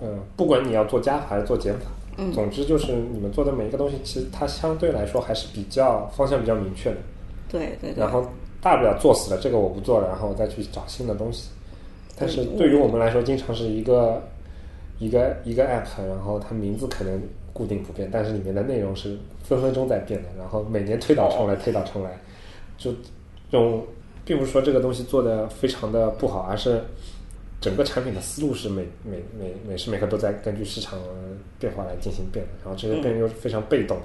Speaker 2: 嗯，不管你要做加法还是做减法，嗯，总之就是你们做的每一个东西，其实它相对来说还是比较方向比较明确的。
Speaker 5: 对对对。
Speaker 2: 然后大不了做死了这个我不做了，然后我再去找新的东西。但是对于我们来说，经常是一个一个一个 app，然后它名字可能固定不变，但是里面的内容是分分钟在变的，然后每年推倒重来，推倒重来，就这种，并不是说这个东西做的非常的不好，而是整个产品的思路是每每每每时每刻都在根据市场变化来进行变的，然后这
Speaker 5: 嗯
Speaker 2: 个变又非常被动。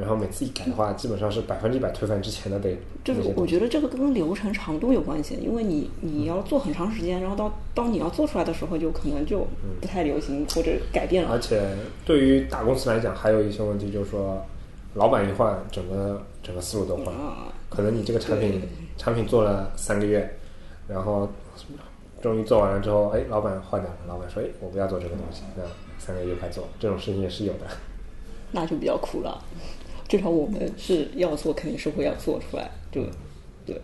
Speaker 2: 然后每次一改的话，基本上是百分之百推翻之前的得
Speaker 5: 就是我觉得这个跟流程长度有关系，因为你你要做很长时间，然后到当你要做出来的时候，就可能就不太流行或者改变
Speaker 2: 而
Speaker 5: 了。
Speaker 2: 且对于大公司来讲，还有一些问题就是说，老板一换，整个整个思路都换了。
Speaker 5: 啊，
Speaker 2: 可能你这个产品产品做了三个月，然后终于做完了之后，哎，老板换掉了，老板说，哎，我不要做这个东西，那三个月白做，这种事情也是有的。
Speaker 5: 那就比较苦了。至少我们是要做，肯定是会要做出来，就对。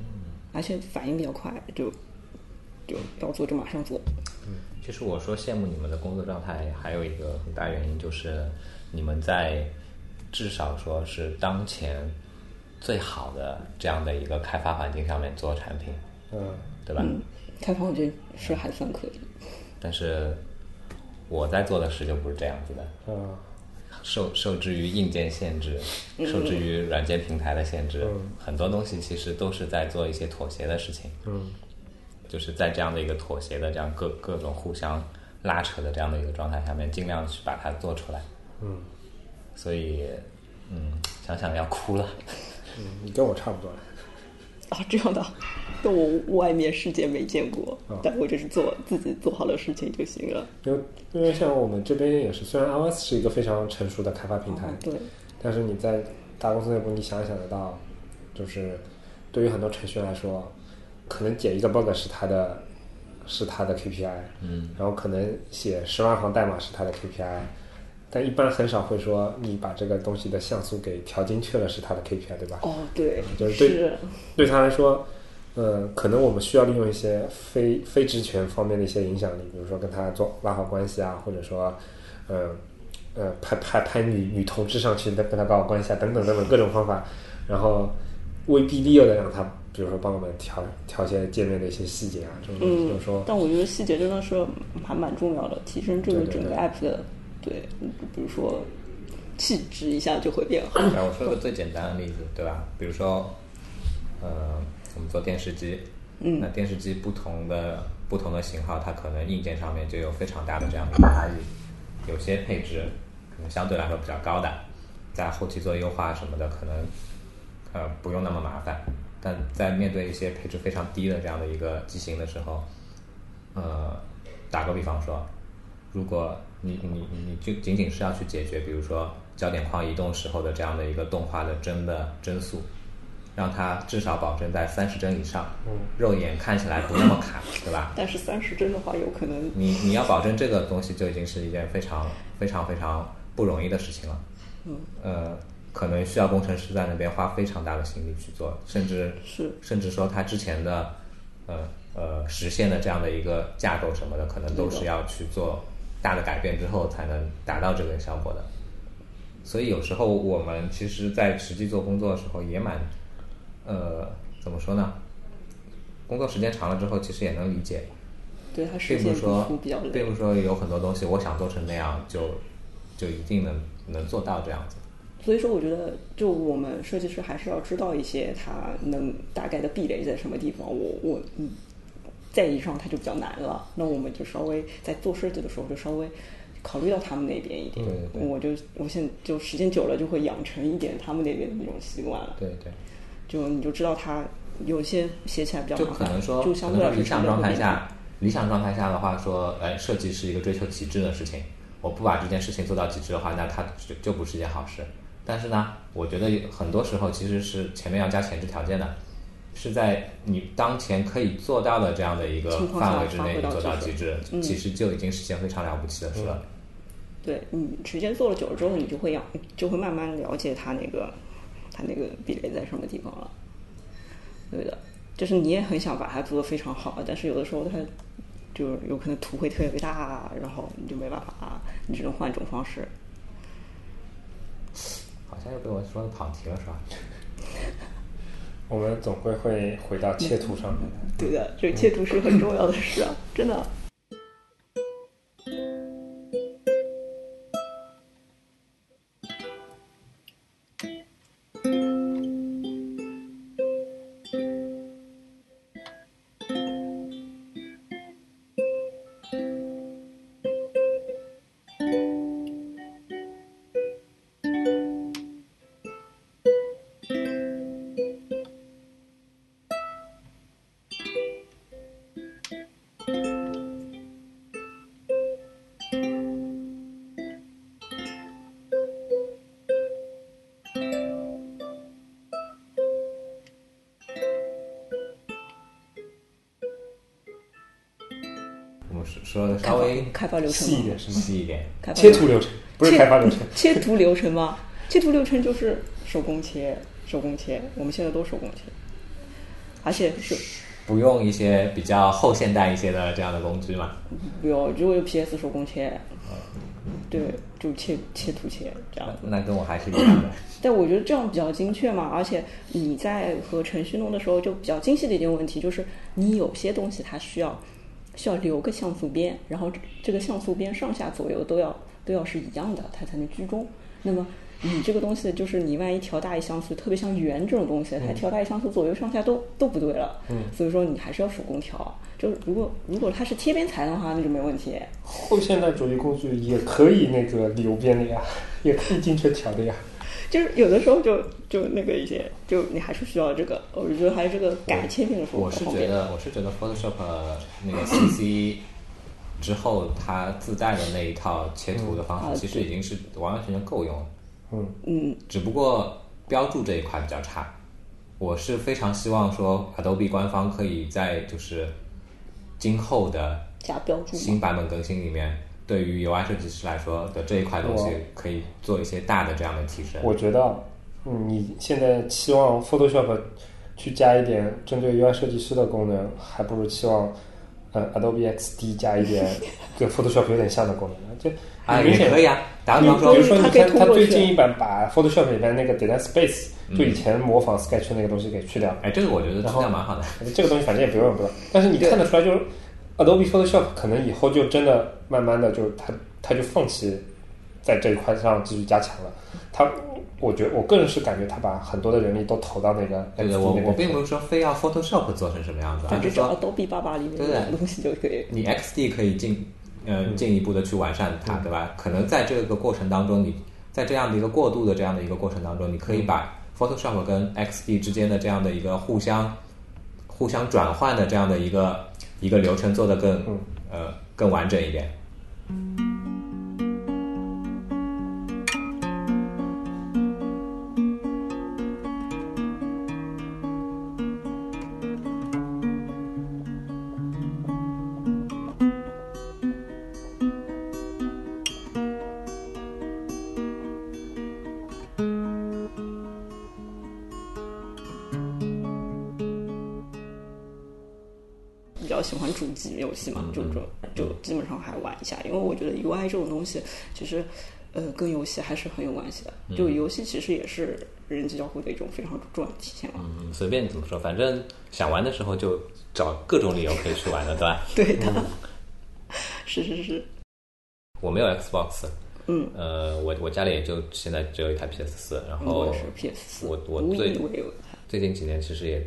Speaker 2: 嗯
Speaker 5: 而且反应比较快，就就要做就马上做。
Speaker 4: 其实我说羡慕你们的工作状态，还有一个很大原因就是你们在至少说是当前最好的这样的一个开发环境上面做产品，
Speaker 2: 嗯，
Speaker 4: 对吧？
Speaker 5: 开放我觉得是还算可以，
Speaker 4: 但是我在做的事就不是这样子的，
Speaker 2: 嗯，
Speaker 4: 受受制于硬件限制，受制于软件平台的限制，很多东西其实都是在做一些妥协的事情。
Speaker 2: 嗯，
Speaker 4: 就是在这样的一个妥协的这样各各种互相拉扯的这样的一个状态下面，尽量去把它做出来。
Speaker 2: 嗯，
Speaker 4: 所以，嗯，想想要哭了。
Speaker 2: 你跟我差不多了。
Speaker 5: 啊，这样的，那我外面世界没见过，
Speaker 2: 哦
Speaker 5: 但我就是做自己做好的事情就行了。
Speaker 2: 因为因为像我们这边也是，虽然 iOS 是一个非常成熟的开发平台，
Speaker 5: 哦啊，对，
Speaker 2: 但是你在大公司内部，你想想得到，就是对于很多程序员来说，可能解一个 bug 是他的是他的 KPI，
Speaker 4: 嗯，
Speaker 2: 然后可能写十万行代码是他的 KPI，但一般很少会说你把这个东西的像素给调精确了是他的 KPI，对吧？
Speaker 5: 哦，对，
Speaker 2: 嗯就是对
Speaker 5: 是，
Speaker 2: 对他来说，呃，可能我们需要利用一些非非职权方面的一些影响力，比如说跟他做拉好关系啊，或者说，呃，呃，派派派女女同志上去跟跟他搞好关系啊，等等等等各种方法，然后威逼利诱的让他，比如说帮我们调调一些界面的一些细节啊，这种东西，就是说，
Speaker 5: 嗯但我觉得细节真的是还蛮重要的，提升这个
Speaker 2: 对对
Speaker 5: 整个
Speaker 2: 对
Speaker 5: app 的，对，比如说气质一下就会变好。
Speaker 4: 然后哎我说个最简单的例子，对吧？比如说，呃，我们做电视机，嗯，那电视机不同的不同的型号，它可能硬件上面就有非常大的这样的一个差异。有些配置可能相对来说比较高的，在后期做优化什么的，可能呃不用那么麻烦。但在面对一些配置非常低的这样的一个机型的时候，呃，打个比方说，如果你你你你就仅仅是要去解决，比如说焦点框移动时候的这样的一个动画的帧的帧数，让它至少保证在三十帧以上，肉眼看起来不那么卡，对吧？
Speaker 5: 但是三十帧的话，有可能
Speaker 4: 你你要保证这个东西就已经是一件非常非常非常不容易的事情了。嗯，呃，可能需要工程师在那边花非常大的心力去做，甚至
Speaker 5: 是
Speaker 4: 甚至说他之前的呃呃实现的这样的一个架构什么的，可能都是要去做大的改变之后才能达到这个效果的。所以有时候我们其实，在实际做工作的时候也蛮，呃，怎么说呢？工作时间长了之后，其实也能理解，
Speaker 5: 对它实
Speaker 4: 并不
Speaker 5: 现
Speaker 4: 是说
Speaker 5: 度比较，
Speaker 4: 并
Speaker 5: 累
Speaker 4: 不。是说有很多东西我想做成那样就就一定能能做到这样子。
Speaker 5: 所以说，我觉得就我们设计师还是要知道一些它能大概的壁垒在什么地方。我我嗯，在以上它就比较难了。那我们就稍微在做设计的时候就稍微考虑到他们那边一点。
Speaker 4: 对对对
Speaker 5: 我就我现在就时间久了就会养成一点他们那边的那种习惯了。
Speaker 4: 对对，
Speaker 5: 就你就知道它有些写起来比较
Speaker 4: 就
Speaker 5: 麻
Speaker 4: 可
Speaker 5: 烦，
Speaker 4: 能说，
Speaker 5: 就
Speaker 4: 可
Speaker 5: 相
Speaker 4: 能
Speaker 5: 对
Speaker 4: 说
Speaker 5: 来说
Speaker 4: 理想
Speaker 5: 成本
Speaker 4: 状
Speaker 5: 会
Speaker 4: 态
Speaker 5: 变低
Speaker 4: 下，理想状态下的话说，哎，设计是一个追求极致的事情。我不把这件事情做到极致的话，那它就就不是一件好事。但是呢，我觉得有很多时候其实是前面要加前置条件的，是在你当前可以做到的这样的一个
Speaker 5: 情况下
Speaker 4: 范围之内，
Speaker 5: 发挥
Speaker 4: 你
Speaker 5: 到
Speaker 4: 做到
Speaker 5: 极嗯
Speaker 4: 极致，其实就已经是件非常了不起的事了。
Speaker 5: 对你时间做了久了之后，你就会养，就会慢慢了解它那个它那个壁垒在什么地方了。对的，就是你也很想把它做得非常好，但是有的时候它就是有可能图会特别大，然后你就没办法，你只能换一种方式。
Speaker 4: 好像又被我说的跑题了，是吧？
Speaker 2: 我们总归会回到切图上面的。
Speaker 5: 对的，这个切图是很重要的事啊，真的。
Speaker 4: 我们说说的
Speaker 5: 开
Speaker 4: 稍
Speaker 5: 发
Speaker 4: 微
Speaker 5: 开发流程
Speaker 2: 细一
Speaker 5: 吗？
Speaker 2: 点是吗？
Speaker 4: 细一点，
Speaker 5: 开发
Speaker 2: 切图流程不是
Speaker 5: 切
Speaker 2: 开发流程，
Speaker 5: 切图流程吗？切图流程就是手工切，手工切，我们现在都手工切，而且是
Speaker 4: 不用一些比较后现代一些的这样的工具嘛。
Speaker 5: 有，如果有 PS 手工切，对，就切切图切这样子。
Speaker 4: 那跟我还是一样的。
Speaker 5: 但我觉得这样比较精确嘛，而且你在和程序弄的时候，就比较精细的一点问题就是，你有些东西它需要需要留个像素边，然后这这个像素边上下左右都要都要是一样的，它才能居中。那么你这个东西就是你万一调大一像素，特别像圆这种东西，它调大一像素左右上下都都不对了。嗯，所以说你还是要手工调。就是如果如果它是贴边裁的话，那就没问题。
Speaker 2: 后现代主义工具也可以那个流边的呀，也可以精确调的呀。
Speaker 5: 就是有的时候就就那个一些，就你还是需要这个，我觉得还是这个改切片的时候
Speaker 4: 我
Speaker 5: 比较
Speaker 4: 是
Speaker 5: 方
Speaker 4: 觉
Speaker 5: 便。
Speaker 4: 得，我是觉得 Photoshop 那个 CC 之后，它自带的那一套切图的方
Speaker 5: 嗯啊
Speaker 4: 式，其实已经是完完全全够用了。
Speaker 2: 嗯
Speaker 5: 嗯，
Speaker 4: 只不过标注这一块比较差，我是非常希望说 Adobe 官方可以在就是今后的
Speaker 5: 加标注嘛
Speaker 4: 新版本更新里面，对于 UI 设计师来说的这一块东西
Speaker 2: 我
Speaker 4: 可以做一些大的这样的提升。
Speaker 2: 我觉得，嗯，你现在期望 Photoshop 去加一点针对 UI 设计师的功能，还不如期望呃 Adobe XD 加一 点跟 Photoshop 有点像的功能。就
Speaker 4: 啊，
Speaker 2: 明
Speaker 4: 也
Speaker 2: 显
Speaker 4: 可以啊。打个比
Speaker 2: 比
Speaker 4: 方
Speaker 2: 如说，
Speaker 4: 说
Speaker 2: 比如，说
Speaker 5: 它
Speaker 2: 你
Speaker 5: 可以
Speaker 2: 看
Speaker 5: 通
Speaker 2: 它
Speaker 5: 过
Speaker 2: 最
Speaker 5: 去
Speaker 2: 近一版把 Photoshop 里面那个 Design Space，就
Speaker 4: 嗯
Speaker 2: 以前模仿 Sketch 那个东西给去掉，
Speaker 4: 哎，这个我觉得质
Speaker 2: 然后
Speaker 4: 量蛮好的。
Speaker 2: 这个东西反正也不用用不到。但是你看得出来，就是 Adobe Photoshop 可能以后就真的慢慢的就它它就放弃在这一块上继续加强了。它，我觉我个人是感觉它把很多的人力都投到那个 XD 那
Speaker 4: 对对，
Speaker 2: 边
Speaker 4: 我
Speaker 2: 去
Speaker 4: 我并不是说非要 Photoshop 做成什么样子，而
Speaker 5: 就是找
Speaker 4: 说
Speaker 5: Adobe 爸爸里面
Speaker 4: 对
Speaker 5: 那种东西就可以。
Speaker 4: 你 XD 可以进呃进一步的去完善它，对吧？可能在这个过程当中，你在这样的一个过渡的这样的一个过程当中，你可以把 Photoshop 跟 XD 之间的这样的一个互相互相转换的这样的一个一个流程做得更、呃更完整一点。
Speaker 5: 比较喜欢主机游戏
Speaker 4: 嗯
Speaker 5: 嘛，就就就基本上还玩一下，因为我觉得 UI 这种东西其实。呃，跟游戏还是很有关系的。
Speaker 4: 嗯
Speaker 5: 就游戏其实也是人机交互的一种非常重要的体现嘛。
Speaker 4: 嗯，随便怎么说，反正想玩的时候就找各种理由可以去玩了，对吧？
Speaker 5: 对的，是是是，
Speaker 4: 我没有 Xbox，
Speaker 5: 嗯，
Speaker 4: 呃，我我家里也就现在只有一台 PS 四，然
Speaker 5: 我
Speaker 4: 后
Speaker 5: 也是 PS 四，
Speaker 4: 我我
Speaker 5: 无
Speaker 4: 最
Speaker 5: 以为有它。
Speaker 4: 最近几年其实也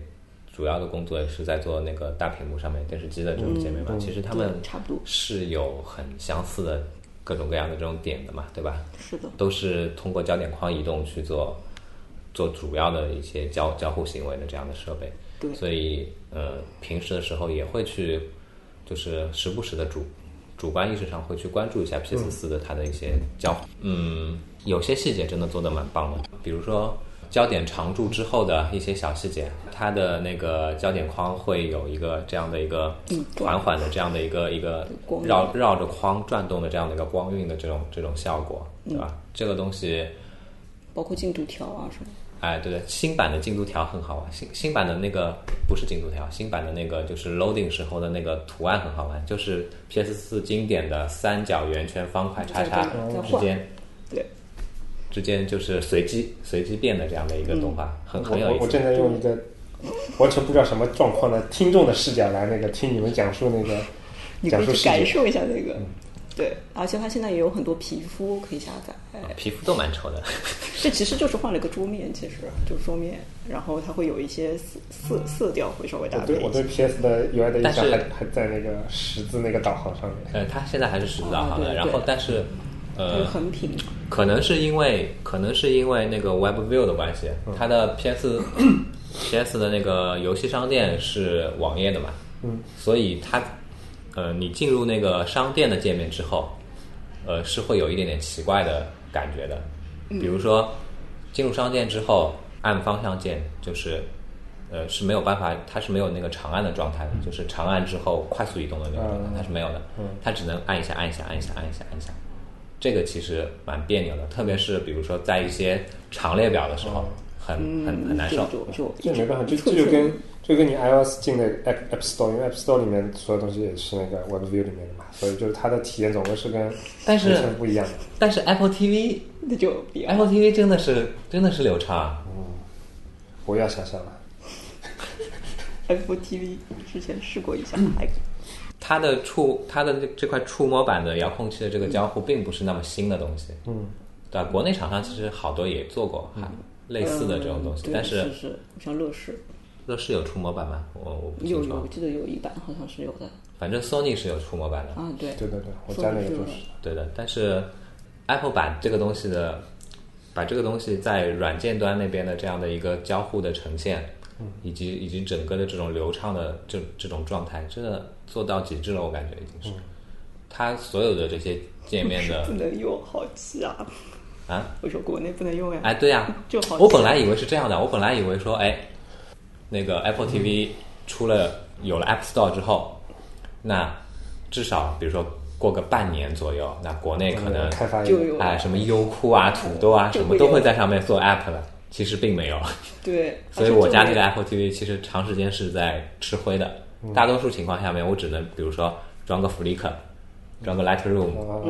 Speaker 4: 主要的工作也是在做那个大屏幕上面电视机的这种界面嘛。其实他们
Speaker 5: 对差不多
Speaker 4: 是有很相似的各种各样的这种点的嘛，对吧？
Speaker 5: 是的，
Speaker 4: 都是通过焦点框移动去做做主要的一些交交互行为的这样的设备。
Speaker 5: 对
Speaker 4: 所以呃，平时的时候也会去，就是时不时的主主观意识上会去关注一下 PS 四的它的一些交互。嗯，有些细节真的做的蛮棒的，比如说。焦点常驻之后的一些小细节，它的那个焦点框会有一个这样的一个
Speaker 5: 嗯对
Speaker 4: 缓缓的这样的一个一个
Speaker 5: 光晕
Speaker 4: 绕绕着框转动的这样的一个光晕的这种这种效果，
Speaker 5: 嗯
Speaker 4: 对吧？这个东西，
Speaker 5: 包括进度条啊什么。
Speaker 4: 哎，对对，新版的进度条很好玩，新新版的那个不是进度条，新版的那个就是 loading 时候的那个图案很好玩，就是 PS 四经典的三角、圆圈、方块、叉叉
Speaker 5: 对对对
Speaker 4: 之间
Speaker 5: 对，
Speaker 4: 之间就是随机随机变的这样的一个动画，
Speaker 5: 嗯
Speaker 4: 很很有
Speaker 2: 我
Speaker 4: 意
Speaker 2: 我
Speaker 4: 思
Speaker 2: 正。在用一个完全不知道什么状况的听众的视角来那个听你们讲述那个
Speaker 5: 你可
Speaker 2: 讲述世界。嗯
Speaker 5: 以去感受一下那个。对，而且它现在也有很多皮肤可以下载。
Speaker 2: 啊
Speaker 4: 哎
Speaker 5: 哎
Speaker 4: 皮肤都蛮丑的，
Speaker 5: 这其实就是换了个桌面，其实就是桌面，然后它会有一些色色色调会稍微
Speaker 2: 我
Speaker 5: 搭配
Speaker 2: 对我
Speaker 5: 一
Speaker 2: 对
Speaker 5: 些。
Speaker 2: PS 的 UI 的印象
Speaker 4: 但是
Speaker 2: 还还在那个十字那个导航上面。
Speaker 4: 呃，它现在还是十字导航
Speaker 5: 哦
Speaker 4: 的，
Speaker 5: 对
Speaker 4: 然后
Speaker 5: 对
Speaker 4: 但是，
Speaker 5: 就是
Speaker 4: 呃，
Speaker 5: 横屏，
Speaker 4: 可能是因为可能是因为那个 Web View 的关系，它的 PS PS 的那个游戏商店是网页的嘛，嗯，所以它呃，你进入那个商店的界面之后，呃，是会有一点点奇怪的感觉的，比如说进入商店之后按方向键就是。呃，是没有办法，它是没有那个长按的状态的，就是长按之后快速移动的那个状态，它是没有的，它只能按一下，按一下，按一下，按一下，按一下，这个其实蛮别扭的，特别是比如说在一些长列表的时候，
Speaker 5: 嗯
Speaker 4: 很很很难受。
Speaker 5: 就就
Speaker 2: 嗯这没办法，这这
Speaker 5: 寸
Speaker 2: 就
Speaker 5: 寸
Speaker 2: 跟这就跟你 iOS 进的 App App Store，因为 App Store 里面所有东西也是那个 Web View 里面的嘛，所以就是它的体验总归是跟
Speaker 4: 但是
Speaker 2: 以前不一样的。
Speaker 4: 但是 Apple TV
Speaker 5: 那就比较
Speaker 4: Apple TV 真的是真的是流畅啊，
Speaker 2: 不要想象了，
Speaker 5: Apple TV 之前试过一下，
Speaker 4: 嗯
Speaker 5: 还
Speaker 4: 它的触它的这这块触摸板的遥控器的这个交互并不是那么新的东西，嗯，对吧？国内厂商其实好多也做过哈类似的这种东西，
Speaker 5: 嗯对
Speaker 4: 但是
Speaker 5: 是是像乐视
Speaker 4: 乐视有触摸板吗？我我不
Speaker 5: 有
Speaker 4: 清
Speaker 5: 有，我
Speaker 4: 楚，
Speaker 5: 记得有一版好像是有的
Speaker 4: 反正 Sony 是有触摸板的，
Speaker 5: 啊，对
Speaker 2: 对对对，我
Speaker 5: 说
Speaker 2: 家那
Speaker 5: 的
Speaker 2: 个
Speaker 5: 是
Speaker 2: 就
Speaker 5: 的
Speaker 2: 是。
Speaker 4: 对的，但是 Apple 把这个东西的，把这个东西在软件端那边的这样的一个交互的呈现，以及以及整个的这种流畅的这这种状态，真的做到极致了，我感觉已经是。它所有的这些界面的
Speaker 5: 不 能用，好气啊！
Speaker 4: 啊，
Speaker 5: 我说国内不能用呀，
Speaker 4: 哎，对呀、
Speaker 5: 就好
Speaker 4: 我本来以为是这样的，我本来以为说，哎，那个 Apple TV 出了有了 App Store 之后，那至少比如说过个半年左右，那国内可
Speaker 2: 嗯
Speaker 4: 能
Speaker 6: 开发一
Speaker 5: 就
Speaker 6: 个
Speaker 5: 有
Speaker 4: 哎什么优酷啊、土豆啊
Speaker 5: 就
Speaker 4: 什
Speaker 5: 会
Speaker 4: 么都会在上面做 App 了。其实并没有，
Speaker 5: 啊对，
Speaker 4: 所以我家这个
Speaker 5: 而
Speaker 4: Apple TV 其实长时间是在吃灰的。大多数情况下面，我只能比如说装个 Flickr，装个 Lightroom，
Speaker 6: 啊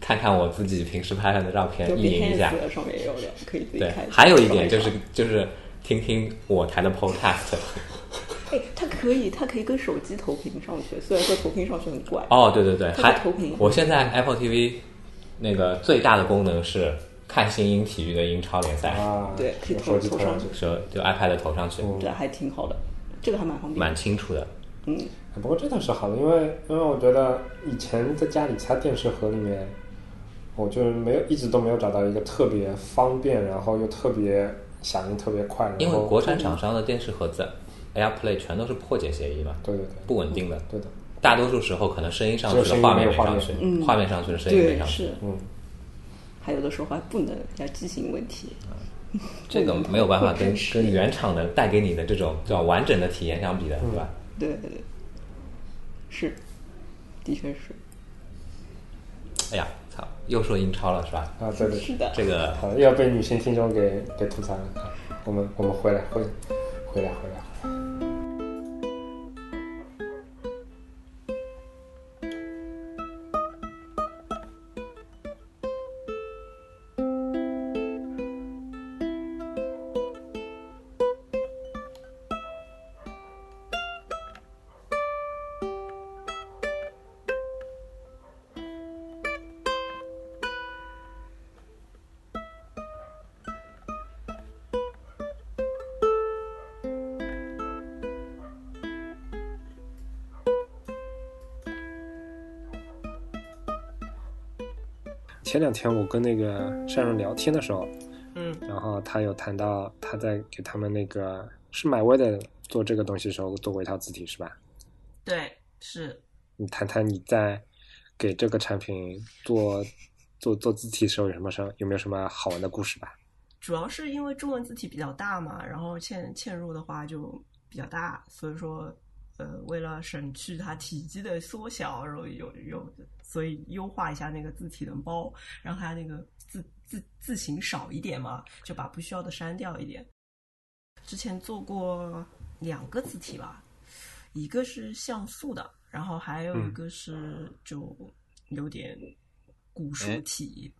Speaker 4: 看看我自己平时拍拍的照片
Speaker 5: 且，就
Speaker 4: 意淫一下。
Speaker 5: Behance 上面也有的，可以自己
Speaker 4: 对
Speaker 5: 开。，
Speaker 4: 还有一点就
Speaker 5: 找
Speaker 4: 是就是听听我台的 Podcast。
Speaker 5: 哎，它可以，它可以跟手机投屏上去，虽然说投屏上去很怪。
Speaker 4: 哦，对对对，
Speaker 5: 它
Speaker 4: 还
Speaker 5: 会投屏
Speaker 4: 我现在 Apple TV 那个最大的功能是看新英体育的英超联赛，
Speaker 6: 啊，
Speaker 5: 对可以
Speaker 6: 手机
Speaker 5: 投
Speaker 6: 投
Speaker 5: 上
Speaker 6: 上
Speaker 5: 去
Speaker 6: 去。
Speaker 4: 是就 iPad 投上去，
Speaker 5: 这还挺好的，这个还蛮方便。
Speaker 4: 蛮清楚的。
Speaker 6: 不过这倒是好的，因为因为我觉得以前在家里插电视盒里面，我就是没有一直都没有找到一个特别方便，然后又特别响应特别快，然后
Speaker 4: 因为国产厂商的电视盒子 AirPlay 全都是破解协议嘛，
Speaker 6: 对对
Speaker 4: 不稳定的，
Speaker 6: 对对的，
Speaker 4: 大多数时候可能声音上去
Speaker 6: 只有声
Speaker 4: 了，
Speaker 6: 音
Speaker 4: 画面
Speaker 6: 没有
Speaker 4: 没上
Speaker 6: 画
Speaker 4: 去
Speaker 6: 面，
Speaker 4: 画面上去了，声音没
Speaker 5: 对，
Speaker 4: 上去
Speaker 5: 是，，
Speaker 6: 嗯，
Speaker 5: 还有的时候还不能，要机型问题。
Speaker 4: 嗯这 个没有办法
Speaker 5: 会
Speaker 4: 跟
Speaker 5: 开始
Speaker 4: 跟原厂的带给你的这种
Speaker 6: 嗯
Speaker 4: 叫完整的体验相比的，对吧？
Speaker 5: 对对对，是，的确是，
Speaker 4: 哎呀，操，又说英超了是吧？
Speaker 6: 啊对对，
Speaker 5: 是的，
Speaker 4: 呃这 个
Speaker 6: 好的，又要被女性听众给给吐槽了。我们我们回来回回来回来，
Speaker 2: 前两天我跟那个善人聊天的时候，
Speaker 1: 嗯，
Speaker 2: 然后他有谈到他在给他们那个是买威的做这个东西的时候做过一套字体是吧？
Speaker 1: 对，是
Speaker 2: 你谈谈你在给这个产品做做做字体的时候有什么什有没有什么好玩的故事吧？
Speaker 1: 主要是因为中文字体比较大嘛，然后嵌嵌入的话就比较大，所以说呃，为了省去它体积的缩小，然后有有，所以优化一下那个字体的包，让它那个字字字形少一点嘛，就把不需要的删掉一点。之前做过两个字体吧，一个是像素的，然后还有一
Speaker 4: 嗯
Speaker 1: 个是就有点古书
Speaker 4: 哎
Speaker 1: 体。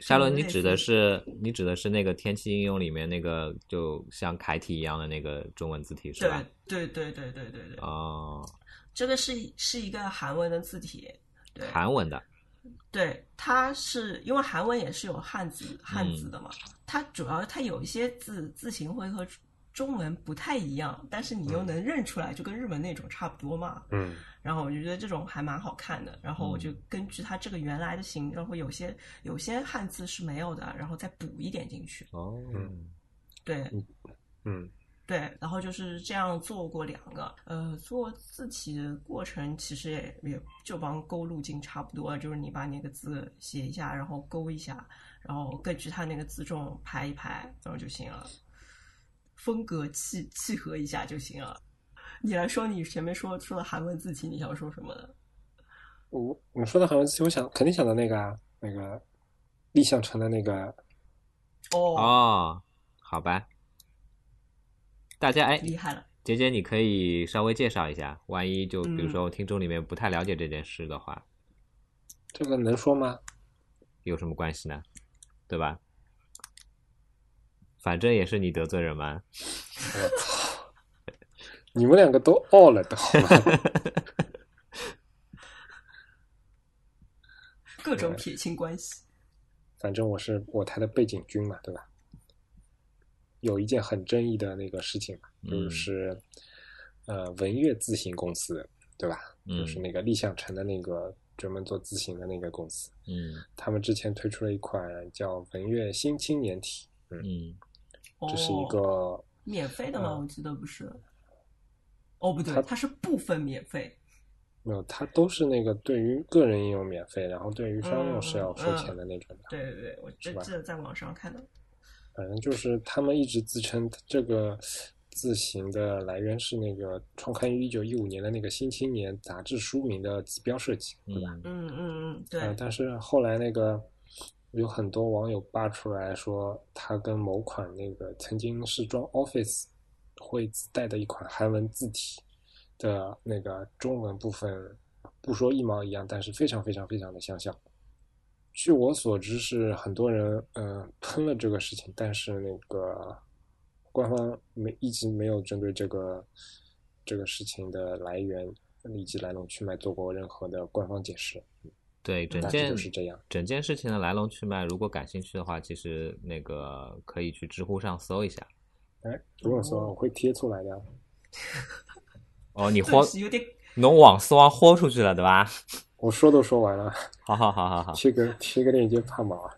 Speaker 4: 沙伦，
Speaker 1: 有
Speaker 4: 你
Speaker 1: 类
Speaker 4: 指
Speaker 1: 似
Speaker 4: 的是你指的是那个天气应用里面那个就像楷体一样的那个中文字体是
Speaker 1: 对
Speaker 4: 吧？
Speaker 1: 对对对对对对，
Speaker 4: 哦，
Speaker 1: 这个是一是一个韩文的字体，对
Speaker 4: 韩文的，
Speaker 1: 对，它是因为韩文也是有汉字汉字的嘛，它主要它有一些字字形会和中文不太一样，但是你又能认出来，就跟日文那种差不多嘛。
Speaker 2: 嗯，
Speaker 1: 然后我就觉得这种还蛮好看的，然后我就根据它这个原来的形，然后有些有些汉字是没有的，然后再补一点进去。
Speaker 4: 哦，
Speaker 1: 对，
Speaker 2: 嗯，
Speaker 1: 对，然后就是这样做过两个，呃，做字体的过程其实也也就帮勾路径差不多，就是你把那个字写一下，然后勾一下，然后根据它那个字重排一排，然后就行了，风格契契合一下就行了。你来说，你前面说说了韩文字体，你想说什么呢？
Speaker 2: 我你说到韩文字体，我想肯定想到那个啊，那个立项城的那个啊
Speaker 1: 哦，
Speaker 4: 哦，好吧，大家哎，
Speaker 1: 厉害了，
Speaker 4: 杰杰，你可以稍微介绍一下，万一就比如
Speaker 1: 嗯
Speaker 4: 说听众里面不太了解这件事的话，
Speaker 2: 这个能说吗？
Speaker 4: 有什么关系呢？对吧？反正也是你得罪人嘛。
Speaker 2: 你们两个都傲了的好吗？
Speaker 1: 各种撇清关系。
Speaker 2: 反正我是我台的背景军嘛，对吧？有一件很争议的那个事情嘛，
Speaker 4: 嗯
Speaker 2: 就是、呃文悦自行公司，对吧？
Speaker 4: 嗯
Speaker 2: 就是那个立项城的那个专门做自行的那个公司，
Speaker 4: 嗯
Speaker 2: 他们之前推出了一款叫文悦新青年体，嗯，
Speaker 4: 嗯，
Speaker 2: 这是一
Speaker 1: 哦、
Speaker 2: 个
Speaker 1: 免费的吗？
Speaker 2: 嗯
Speaker 1: 我记得不是。哦，不对
Speaker 2: 它，
Speaker 1: 它是部分免费。
Speaker 2: 没有，它都是那个对于个人应用免费，然后对于商用是要付钱的那种的。
Speaker 1: 对对对，我
Speaker 2: 是
Speaker 1: 这
Speaker 2: 吧
Speaker 1: 记得在网上看到。
Speaker 2: 反正就是他们一直自称这个字形的来源是那个创刊于一九一五年的那个《新青年》杂志书名的字标设计，对吧？
Speaker 1: 嗯
Speaker 4: 嗯
Speaker 1: 嗯嗯，
Speaker 2: 呃
Speaker 1: 对，
Speaker 2: 但是后来那个有很多网友扒出来说，它跟某款那个曾经是装 Office 会自带的一款韩文字体的那个中文部分，不说一毛一样，但是非常非常非常的相像。据我所知是很多人嗯、呃喷了这个事情，但是那个官方没一直没有针对这个这个事情的来源以及来龙去脉做过任何的官方解释。
Speaker 4: 对，整
Speaker 2: 大致
Speaker 4: 件
Speaker 2: 就是这样
Speaker 4: 整件事情的来龙去脉，如果感兴趣的话，其实那个可以去知乎上搜一下。
Speaker 2: 哎，如果说我会贴出来的，
Speaker 4: 哦，你豁
Speaker 1: 对，，是有点
Speaker 4: 侬网丝网豁出去了，对吧？
Speaker 2: 我说都说完了，
Speaker 4: 好好 好好好，
Speaker 2: 贴个贴个链接怕毛啊！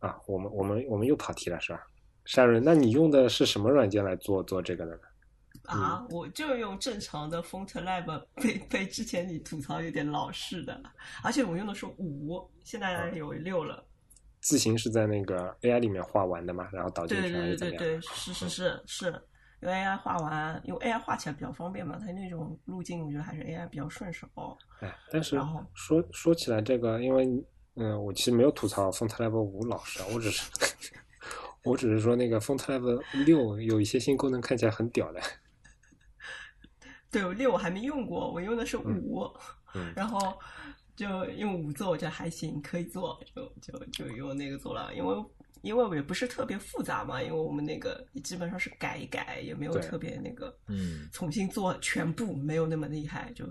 Speaker 2: 啊，我们我们我们又跑题了是吧？沙润，那你用的是什么软件来做做这个的呢？嗯
Speaker 1: 啊，我就用正常的 FontLab 被被之前你吐槽有点老式的，而且我用的是五，现
Speaker 2: 哦
Speaker 1: 在有六了。
Speaker 2: 字形是在那个 AI 里面画完的嘛，然后导进
Speaker 1: 对
Speaker 2: 去还
Speaker 1: 对
Speaker 2: 是怎
Speaker 1: 对
Speaker 2: 么
Speaker 1: 对
Speaker 2: 样？嗯
Speaker 1: 对，是是是是，用 AI 画完，用 AI 画起来比较方便嘛，它那种路径我觉得还是 AI 比较顺手。
Speaker 2: 哎，但是
Speaker 1: 然后
Speaker 2: 说说起来这个，因为嗯、我其实没有吐槽 FontLab 五老师啊，我只是 我只是说那个 FontLab 六有一些新功能看起来很屌的。
Speaker 1: 对，我六我还没用过，我用的是五，
Speaker 2: 嗯
Speaker 1: 然后就用五做，我觉得还行，可以做，就就就用那个做了，因为因为我也不是特别复杂嘛，因为我们那个基本上是改一改，也没有
Speaker 2: 对
Speaker 1: 特别那个，
Speaker 4: 嗯，
Speaker 1: 重新做全部没有那么厉害，就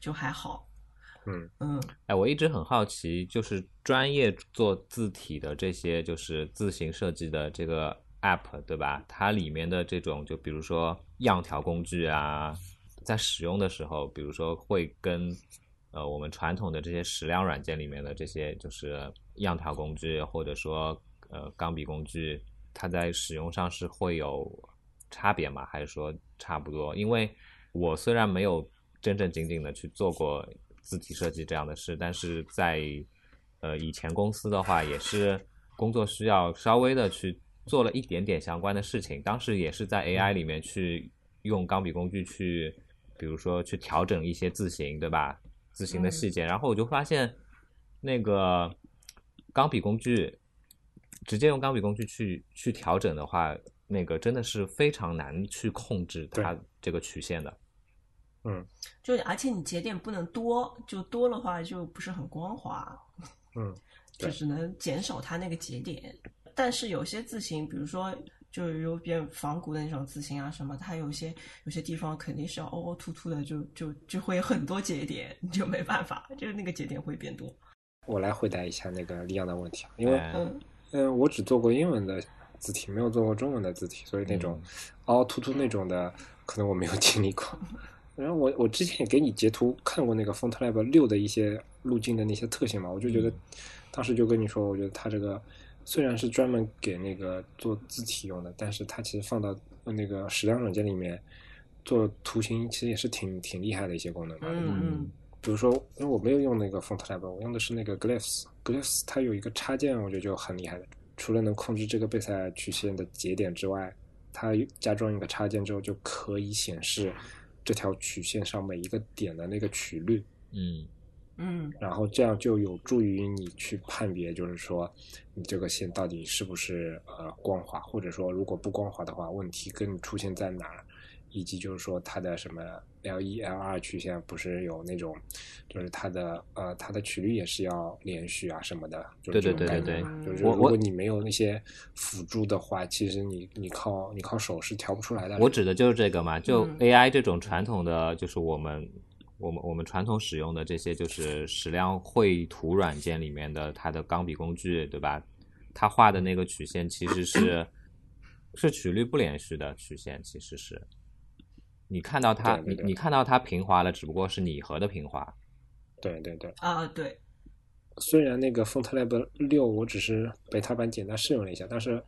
Speaker 1: 就还好，
Speaker 2: 嗯
Speaker 1: 嗯，
Speaker 4: 哎，我一直很好奇，就是专业做字体的这些，就是字形设计的这个 app，对吧？它里面的这种，就比如说样条工具啊，在使用的时候，比如说会跟呃我们传统的这些矢量软件里面的这些，就是样条工具或者说呃钢笔工具，它在使用上是会有差别吗？还是说差不多？因为我虽然没有真正经经的去做过字体设计这样的事，但是在呃以前公司的话，也是工作需要稍微的去做了一点点相关的事情。当时也
Speaker 2: 嗯
Speaker 4: 是在 AI 里面去用钢笔工具去，比如说去调整一些字形，对吧？字形
Speaker 2: 嗯
Speaker 4: 的细节，然后我就发现那个钢笔工具，直接用钢笔工具去去调整的话，那个真的是非常难去控制它这个曲线的。
Speaker 1: 就而且你节点不能多，就多的话就不是很光滑，
Speaker 2: 嗯，
Speaker 1: 就
Speaker 2: 对
Speaker 1: 只能减少它那个节点。但是有些字形，比如说就有点仿古的那种字形啊什么，它有些有些地方肯定是要凹凹凸凸的，就就就会有很多节点， 你就没办法，就是那个节点会变多。
Speaker 2: 我来回答一下那个利昂的问题啊，因为
Speaker 4: 哎
Speaker 1: 嗯，
Speaker 2: 嗯，我只做过英文的字体，没有做过中文的字体，所以那种
Speaker 4: 嗯
Speaker 2: 凹凹凸凸那种的，可能我没有 经历过。然后我我之前也给你截图看过那个 FontLab 六的一些路径的那些特性嘛，我就觉得
Speaker 4: 嗯
Speaker 2: 当时就跟你说，我觉得它这个虽然是专门给那个做字体用的，但是它其实放到那个矢量软件里面做图形，其实也是挺挺厉害的一些功能嘛。对吧
Speaker 1: 嗯
Speaker 2: 比如说，因为我没有用那个 FontLab，我用的是那个 Glyphs，Glyphs 它有一个插件，我觉得就很厉害的。除了能控制这个贝塞曲线的节点之外，它加装一个插件之后，就可以显示这条曲线上每一个点的那个曲率，
Speaker 4: 嗯
Speaker 1: 嗯
Speaker 2: 然后这样就有助于你去判别，就是说你这个线到底是不是呃光滑，或者说如果不光滑的话，问题更出现在哪儿，以及就是说它的什么 L 一 L 二曲线不是有那种，就是它的呃它的曲率也是要连续啊什么的，就是这
Speaker 4: 对
Speaker 2: 种
Speaker 4: 对
Speaker 2: 概
Speaker 4: 对
Speaker 2: 念嘛。
Speaker 1: 对
Speaker 2: 就是
Speaker 4: 我
Speaker 2: 如
Speaker 4: 我
Speaker 2: 果你没有那些辅助的话，其实你你靠你靠手是调不出来的。
Speaker 4: 我指的就是这个嘛，就
Speaker 1: 嗯
Speaker 4: AI 这种传统的，就是我们我们我们传统使用的这些，就是矢量绘图软件里面的它的钢笔工具，对吧？它画的那个曲线其实是是曲率不连续的曲线，其实是你看到它，
Speaker 2: 对对对
Speaker 4: 你你看到它平滑了，只不过是拟合的平滑。
Speaker 2: 对对对。
Speaker 1: 啊，对，
Speaker 2: 虽然那个 FontLab 六我只是 beta 版简单试用了一下，但是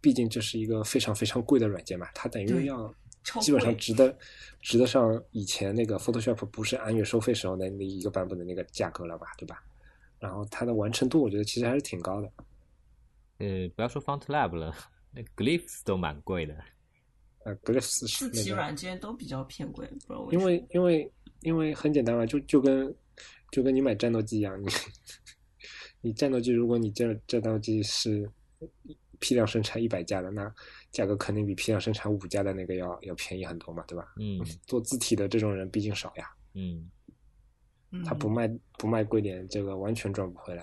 Speaker 2: 毕竟这是一个非常非常贵的软件嘛，它等于
Speaker 1: 对
Speaker 2: 要
Speaker 1: 超
Speaker 2: 基本上
Speaker 1: 贵
Speaker 2: 值得值得上以前那个 Photoshop 不是按月收费时候的那一个版本的那个价格了吧，对吧？然后它的完成度我觉得其实还是挺高的，
Speaker 4: 呃，不要说 FontLab 了，那 Glyphs 都蛮贵的。
Speaker 2: 呃，不是四十
Speaker 1: 自
Speaker 2: 那
Speaker 1: 提
Speaker 2: 个，
Speaker 1: 软件都比较偏贵，不知道为什
Speaker 2: 因
Speaker 1: 么。
Speaker 2: 为因为因为很简单啊嘛，就就跟就跟你买战斗机一样，你 你战斗机，如果你这战斗机是批量生产一百架的，那价格肯定比批量生产五架的那个要要便宜很多嘛，对吧？
Speaker 4: 嗯
Speaker 2: 做字体的这种人毕竟少呀，
Speaker 4: 嗯
Speaker 1: 嗯
Speaker 2: 他不卖不卖贵点，这个完全赚不回来。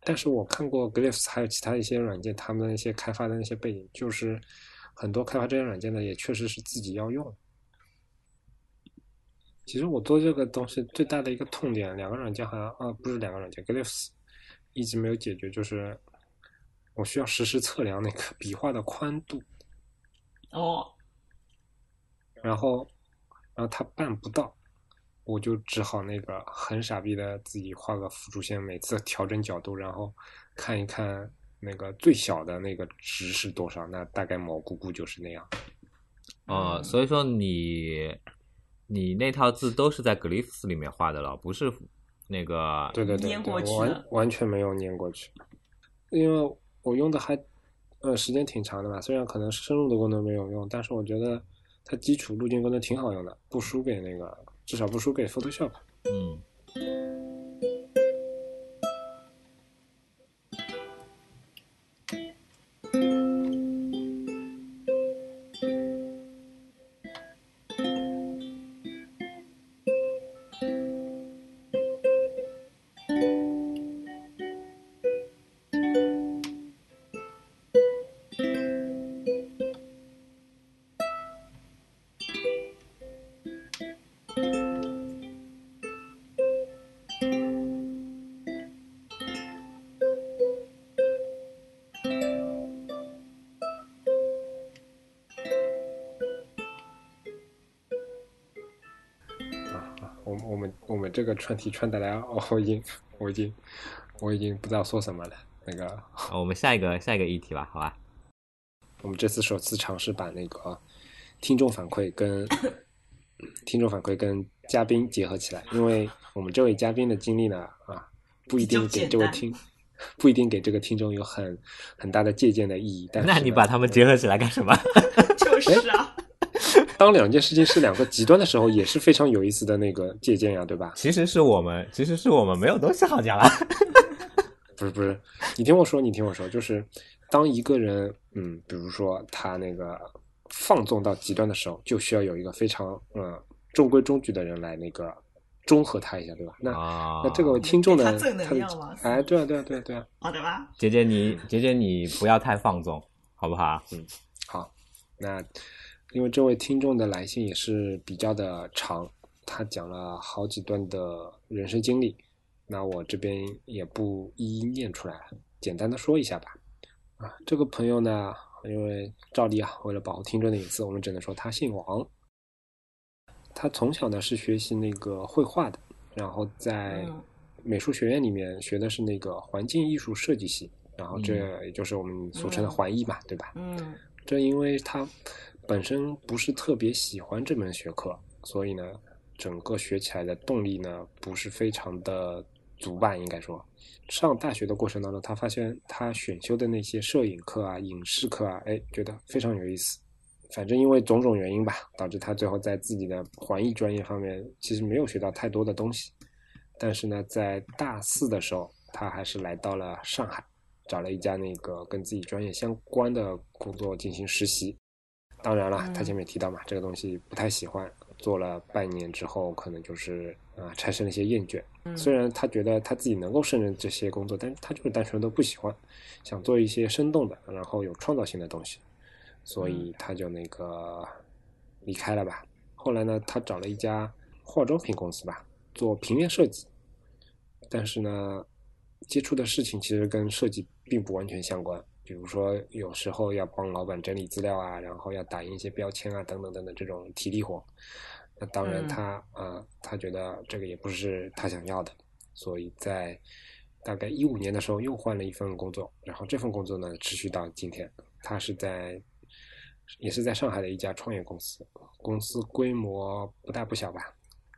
Speaker 2: 但是我看过 Glyphs 还有其他一些软件，他们的那些开发的那些背景，就是很多开发这些软件的也确实是自己要用。其实我做这个东西最大的一个痛点，两个软件好像啊不是两个软件，Glyphs 一直没有解决，就是我需要实时测量那个笔画的宽度。
Speaker 1: 哦，
Speaker 2: 然后，然后他办不到，我就只好那个很傻逼的自己画个辅助线，每次调整角度，然后看一看那个最小的那个值是多少，那大概某姑姑就是那样。
Speaker 4: 哦，所以说你你那套字都是在 Glyphs 里面画的了，不是那个
Speaker 2: 对对对，
Speaker 1: 粘
Speaker 2: 对
Speaker 1: 过去
Speaker 2: 我完
Speaker 1: 的
Speaker 2: 完全没有粘过去，因为我用的还呃时间挺长的吧，虽然可能深入的功能没有用，但是我觉得它基础路径功能挺好用的，不输给那个，至少不输给 Photoshop。
Speaker 4: 嗯
Speaker 2: 我们我们我们这个串题串的来，哦我已经我已经我已经不知道说什么了。那个，
Speaker 4: 啊，我们下一个下一个议题吧，好吧？
Speaker 2: 我们这次首次尝试把那个听众反馈跟听众反馈跟嘉宾结合起来，因为我们这位嘉宾的经历呢，啊，不一定给这位听，不一定给这个听众有很很大的借鉴的意义。但是呢
Speaker 4: 那你把它们结合起来干什么？
Speaker 1: 就是啊，
Speaker 2: 哎当两件事情是两个极端的时候，也是非常有意思的那个借鉴呀、对吧？
Speaker 4: 其实是我们，其实是我们没有东西好讲了。
Speaker 2: 不是不是，你听我说，你听我说，就是当一个人，嗯，比如说他那个放纵到极端的时候，就需要有一个非常嗯中规中矩的人来那个中和他一下，对吧？那、
Speaker 4: 啊，
Speaker 2: 那这个听众呢，
Speaker 1: 给他正能
Speaker 2: 他的
Speaker 1: 量嘛
Speaker 2: 哎，对啊对啊对啊对啊，
Speaker 1: 好的吧？
Speaker 4: 姐姐你姐姐你不要太放纵，好不好？
Speaker 2: 好，那因为这位听众的来信也是比较的长，他讲了好几段的人生经历，那我这边也不一一念出来了，简单的说一下吧。啊，这个朋友呢，因为照例啊，为了保护听众的隐私，我们只能说他姓王。他从小呢是学习那个绘画的，然后在
Speaker 1: 嗯
Speaker 2: 美术学院里面学的是那个环境艺术设计系，然后这也就是我们俗称
Speaker 1: 嗯
Speaker 2: 的环艺嘛，对吧？
Speaker 1: 嗯
Speaker 2: 正因为他本身不是特别喜欢这门学科，所以呢，整个学起来的动力呢不是非常的足吧，应该说。上大学的过程当中，他发现他选修的那些摄影课啊、影视课啊，哎，觉得非常有意思。反正因为种种原因吧，导致他最后在自己的环艺专业方面其实没有学到太多的东西。但是呢，在大四的时候，他还是来到了上海，找了一家那个跟自己专业相关的工作进行实习。当然了，他前面提到嘛，这个东西不太喜欢，做了半年之后，可能就是啊、呃产生了一些厌倦。
Speaker 1: 嗯，
Speaker 2: 虽然他觉得他自己能够胜任这些工作，但是他就是单纯的不喜欢，想做一些生动的，然后有创造性的东西，所以他就那个离开了吧。后来呢，他找了一家化妆品公司吧，做平面设计，但是呢，接触的事情其实跟设计并不完全相关。比如说，有时候要帮老板整理资料啊，然后要打印一些标签啊，等等等等这种体力活。那当然
Speaker 1: 嗯
Speaker 2: 他，呃，他觉得这个也不是他想要的，所以在大概一五年的时候又换了一份工作，然后这份工作呢持续到今天。他是在也是在上海的一家创业公司，公司规模不大不小吧，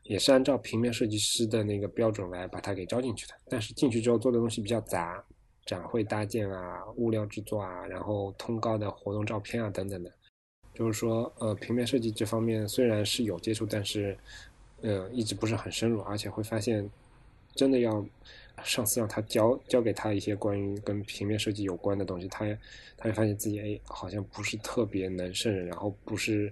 Speaker 2: 也是按照平面设计师的那个标准来把他给招进去的。但是进去之后做的东西比较杂，展会搭建啊、物料制作啊，然后通告的活动照片啊等等的，就就是说，呃，平面设计这方面虽然是有接触，但是，呃，一直不是很深入，而且会发现，真的要上司让他教教给他一些关于跟平面设计有关的东西，他他会发现自己哎，好像不是特别能胜任，然后不是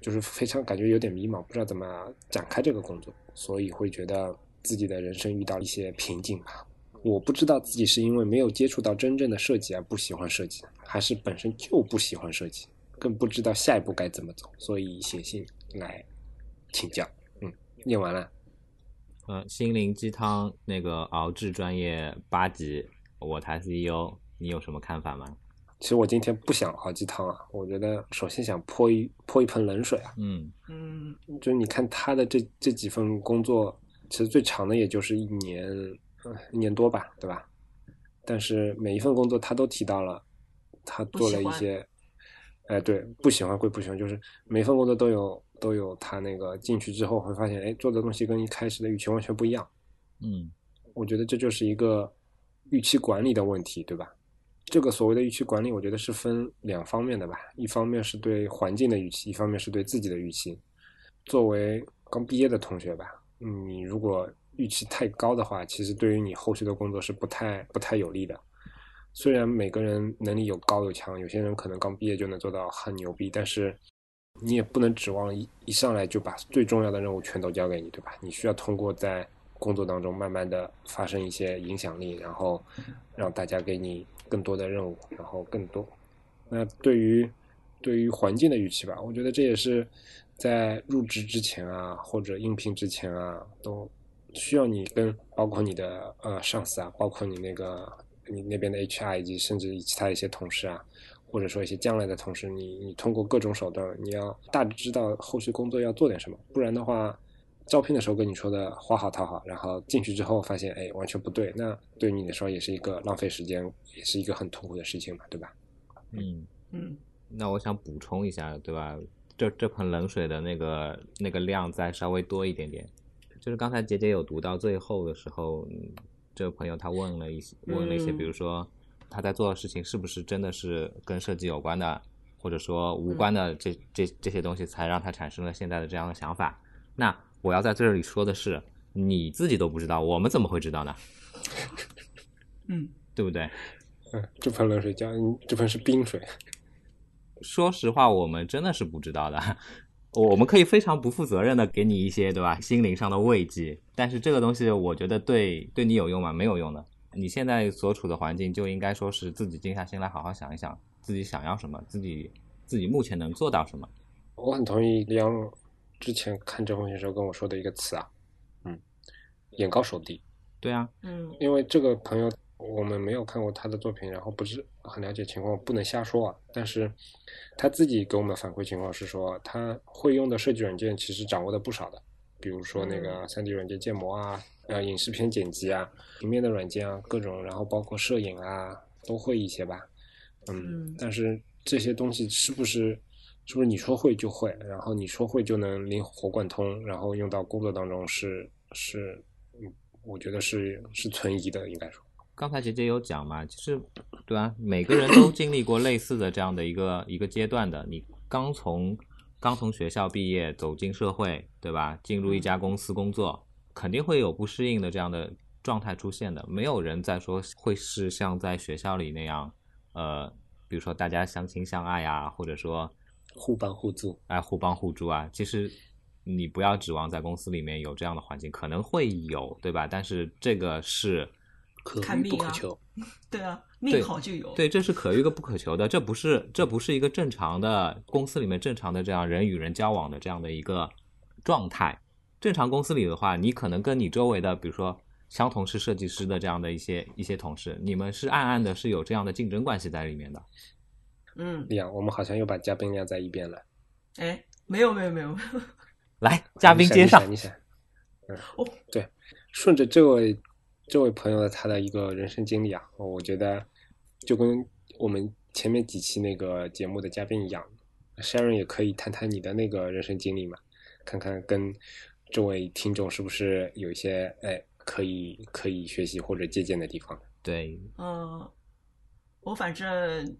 Speaker 2: 就是非常感觉有点迷茫，不知道怎么展开这个工作，所以会觉得自己的人生遇到一些瓶颈吧。我不知道自己是因为没有接触到真正的设计而不喜欢设计，还是本身就不喜欢设计，更不知道下一步该怎么走，所以写信来请教。嗯，念完了，
Speaker 4: 呃，心灵鸡汤那个熬制专业八级，我台 CEO，你有什么看法吗？
Speaker 2: 其实我今天不想熬鸡汤啊，我觉得首先想泼一泼一盆冷水啊，
Speaker 4: 嗯
Speaker 1: 嗯，
Speaker 2: 就是你看他的这这几份工作，其实最长的也就是一年，呃一年多吧，对吧？但是每一份工作他都提到了，他做了一些，哎，对，不喜欢归不喜欢，就是每份工作都有都有他那个进去之后会发现，哎，做的东西跟一开始的预期完全不一样。
Speaker 4: 嗯
Speaker 2: 我觉得这就是一个预期管理的问题，对吧？这个所谓的预期管理，我觉得是分两方面的吧，一方面是对环境的预期，一方面是对自己的预期。作为刚毕业的同学吧，嗯你如果预期太高的话，其实对于你后续的工作是不太不太有利的。虽然每个人能力有高有强，有些人可能刚毕业就能做到很牛逼，但是你也不能指望一一上来就把最重要的任务全都交给你，对吧？你需要通过在工作当中慢慢的发生一些影响力，然后让大家给你更多的任务，然后更多。那对于对于环境的预期吧，我觉得这也是在入职之前啊，或者应聘之前啊，都需要你跟包括你的呃上司啊，包括你那个你那边的 HR 以及甚至其他一些同事啊，或者说一些将来的同事，你你通过各种手段，你要大致知道后续工作要做点什么，不然的话，招聘的时候跟你说的花好讨好，然后进去之后发现哎完全不对，那对你来说也是一个浪费时间，也是一个很痛苦的事情嘛，对吧？
Speaker 4: 嗯，
Speaker 1: 嗯，
Speaker 4: 那我想补充一下，对吧？这这盆冷水的那个那个量再稍微多一点点，就是刚才杰杰有读到最后的时候，嗯这位朋友他问了一些问了一些，
Speaker 1: 嗯
Speaker 4: 比如说他在做的事情是不是真的是跟设计有关的，或者说无关的这、这这些东西，才让他产生了现在的这样的想法。那我要在这里说的是，你自己都不知道，我们怎么会知道呢？
Speaker 1: 嗯，
Speaker 4: 对不对？
Speaker 2: 嗯，这盆冷水浇，嗯这盆是冰水。
Speaker 4: 说实话，我们真的是不知道的。我我们可以非常不负责任的给你一些，对吧？心灵上的慰藉，但是这个东西，我觉得对对你有用吗？没有用的。你现在所处的环境，就应该说是自己静下心来，好好想一想自己想要什么，自己自己目前能做到什么。
Speaker 2: 我很同意李阳之前看这封信的时候跟我说的一个词啊，嗯，眼高手低。
Speaker 4: 对啊，
Speaker 1: 嗯
Speaker 2: 因为这个朋友我们没有看过他的作品，然后不是很了解情况，不能瞎说啊。但是他自己给我们反馈情况是说，他会用的设计软件其实掌握的不少的，比如说那个3 D 软件建模啊，呃，影视片剪辑啊，平面的软件啊，各种，然后包括摄影啊，都会一些吧。嗯
Speaker 1: 嗯，
Speaker 2: 但是这些东西是不是是不是你说会就会，然后你说会就能灵活贯通，然后用到工作当中是是，嗯，我觉得是是存疑的，应该说。
Speaker 4: 刚才姐姐有讲嘛，其实对啊，每个人都经历过类似的这样的一个一个阶段的。你刚从刚从学校毕业，走进社会，对吧？进入一家公司工作，肯定会有不适应的这样的状态出现的。没有人在说会是像在学校里那样，呃，比如说大家相亲相爱啊，或者说
Speaker 2: 互帮互助，
Speaker 4: 哎，互帮互助啊。其实你不要指望在公司里面有这样的环境，可能会有，对吧？但是这个是
Speaker 2: 可
Speaker 1: 看
Speaker 2: 遇不
Speaker 1: 病
Speaker 2: 可
Speaker 1: 啊
Speaker 2: 求。
Speaker 1: 对啊，
Speaker 4: 对
Speaker 1: 命好就有，
Speaker 4: 对，这是可遇跟不可求的，这不是这不是一个正常的公司里面正常的这样人与人交往的这样的一个状态。正常公司里的话，你可能跟你周围的，比如说相同是设计师的这样的一些一些同事，你们是暗暗的是有这样的竞争关系在里面的。
Speaker 1: 嗯，
Speaker 2: 李阳，我们好像又把嘉宾晾在一边了。
Speaker 1: 哎，没有没有没有，
Speaker 4: 来，嘉宾接上，
Speaker 2: 你想，你想
Speaker 1: 哦
Speaker 2: 嗯，对，顺着这位这位朋友的他的一个人生经历啊，我觉得就跟我们前面几期那个节目的嘉宾一样，Sharon 也可以谈谈你的那个人生经历嘛，看看跟这位听众是不是有一些哎可以可以学习或者借鉴的地方。
Speaker 4: 对，
Speaker 1: 呃嗯，我反正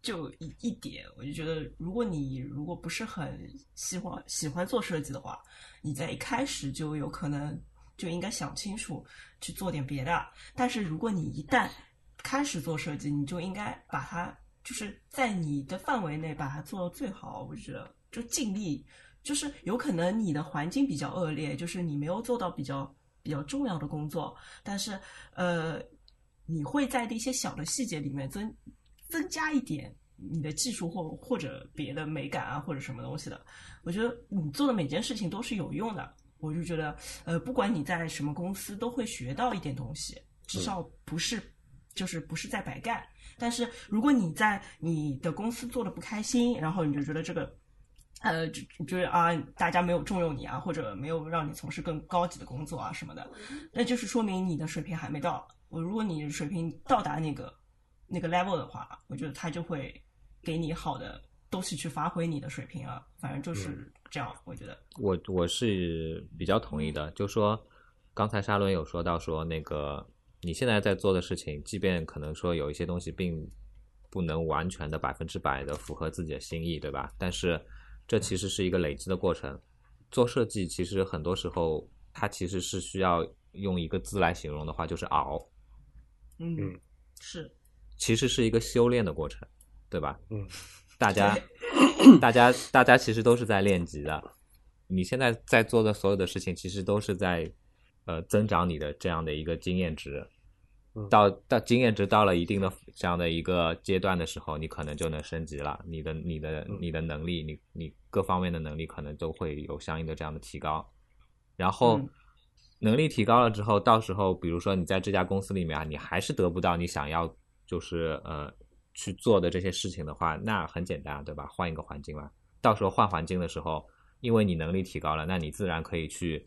Speaker 1: 就一一点，我就觉得，如果你如果不是很喜欢喜欢做设计的话，你在一开始就有可能就应该想清楚去做点别的。但是如果你一旦开始做设计，你就应该把它就是在你的范围内把它做到最好。我觉得就尽力，就是有可能你的环境比较恶劣，就是你没有做到比较比较重要的工作，但是呃，你会在的一些小的细节里面增增加一点你的技术或或者别的美感啊，或者什么东西的。我觉得你做的每件事情都是有用的。我就觉得，呃，不管你在什么公司，都会学到一点东西，至少不是就是不是在白干。但是如果你在你的公司做的不开心，然后你就觉得这个，呃，就就是啊，大家没有重用你啊，或者没有让你从事更高级的工作啊什么的，那就是说明你的水平还没到。我如果你水平到达那个那个 level 的话，我觉得他就会给你好的东西去发挥你的水平啊。反正就是这样，我觉得。
Speaker 4: 我我是比较同意的，就说刚才沙伦有说到说那个你现在在做的事情，即便可能说有一些东西并不能完全的百分之百的符合自己的心意，对吧？但是这其实是一个累积的过程。做设计其实很多时候它其实是需要用一个字来形容的话，就是熬，
Speaker 1: 嗯，
Speaker 2: 嗯
Speaker 1: 是
Speaker 4: 其实是一个修炼的过程，对吧？
Speaker 2: 嗯，
Speaker 4: 大家大家大家其实都是在练级的。你现在在做的所有的事情，其实都是在呃增长你的这样的一个经验值
Speaker 2: 嗯。
Speaker 4: 到到经验值到了一定的这样的一个阶段的时候，你可能就能升级了。你的你的
Speaker 2: 嗯
Speaker 4: 你的能力，你你各方面的能力可能都会有相应的这样的提高。然后
Speaker 1: 嗯
Speaker 4: 能力提高了之后，到时候比如说你在这家公司里面啊，你还是得不到你想要就是呃去做的这些事情的话，那很简单，啊对吧？换一个环境嘛。到时候换环境的时候，因为你能力提高了，那你自然可以去，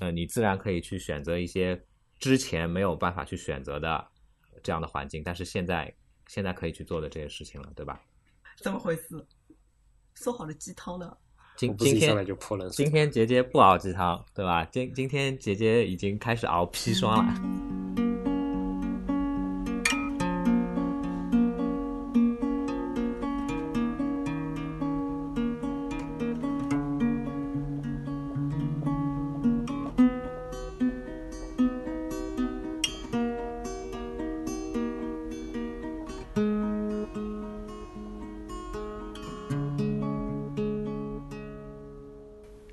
Speaker 4: 呃，你自然可以去选择一些之前没有办法去选择的这样的环境，但是现在现在可以去做的这些事情了，对吧？
Speaker 1: 怎么回事？说好的鸡汤呢？
Speaker 2: 我
Speaker 4: 今
Speaker 2: 不是
Speaker 4: 今
Speaker 2: 一上
Speaker 4: 天
Speaker 2: 来就泼冷水
Speaker 4: 今天杰杰不熬鸡汤，对吧？今今天杰杰已经开始熬砒霜了。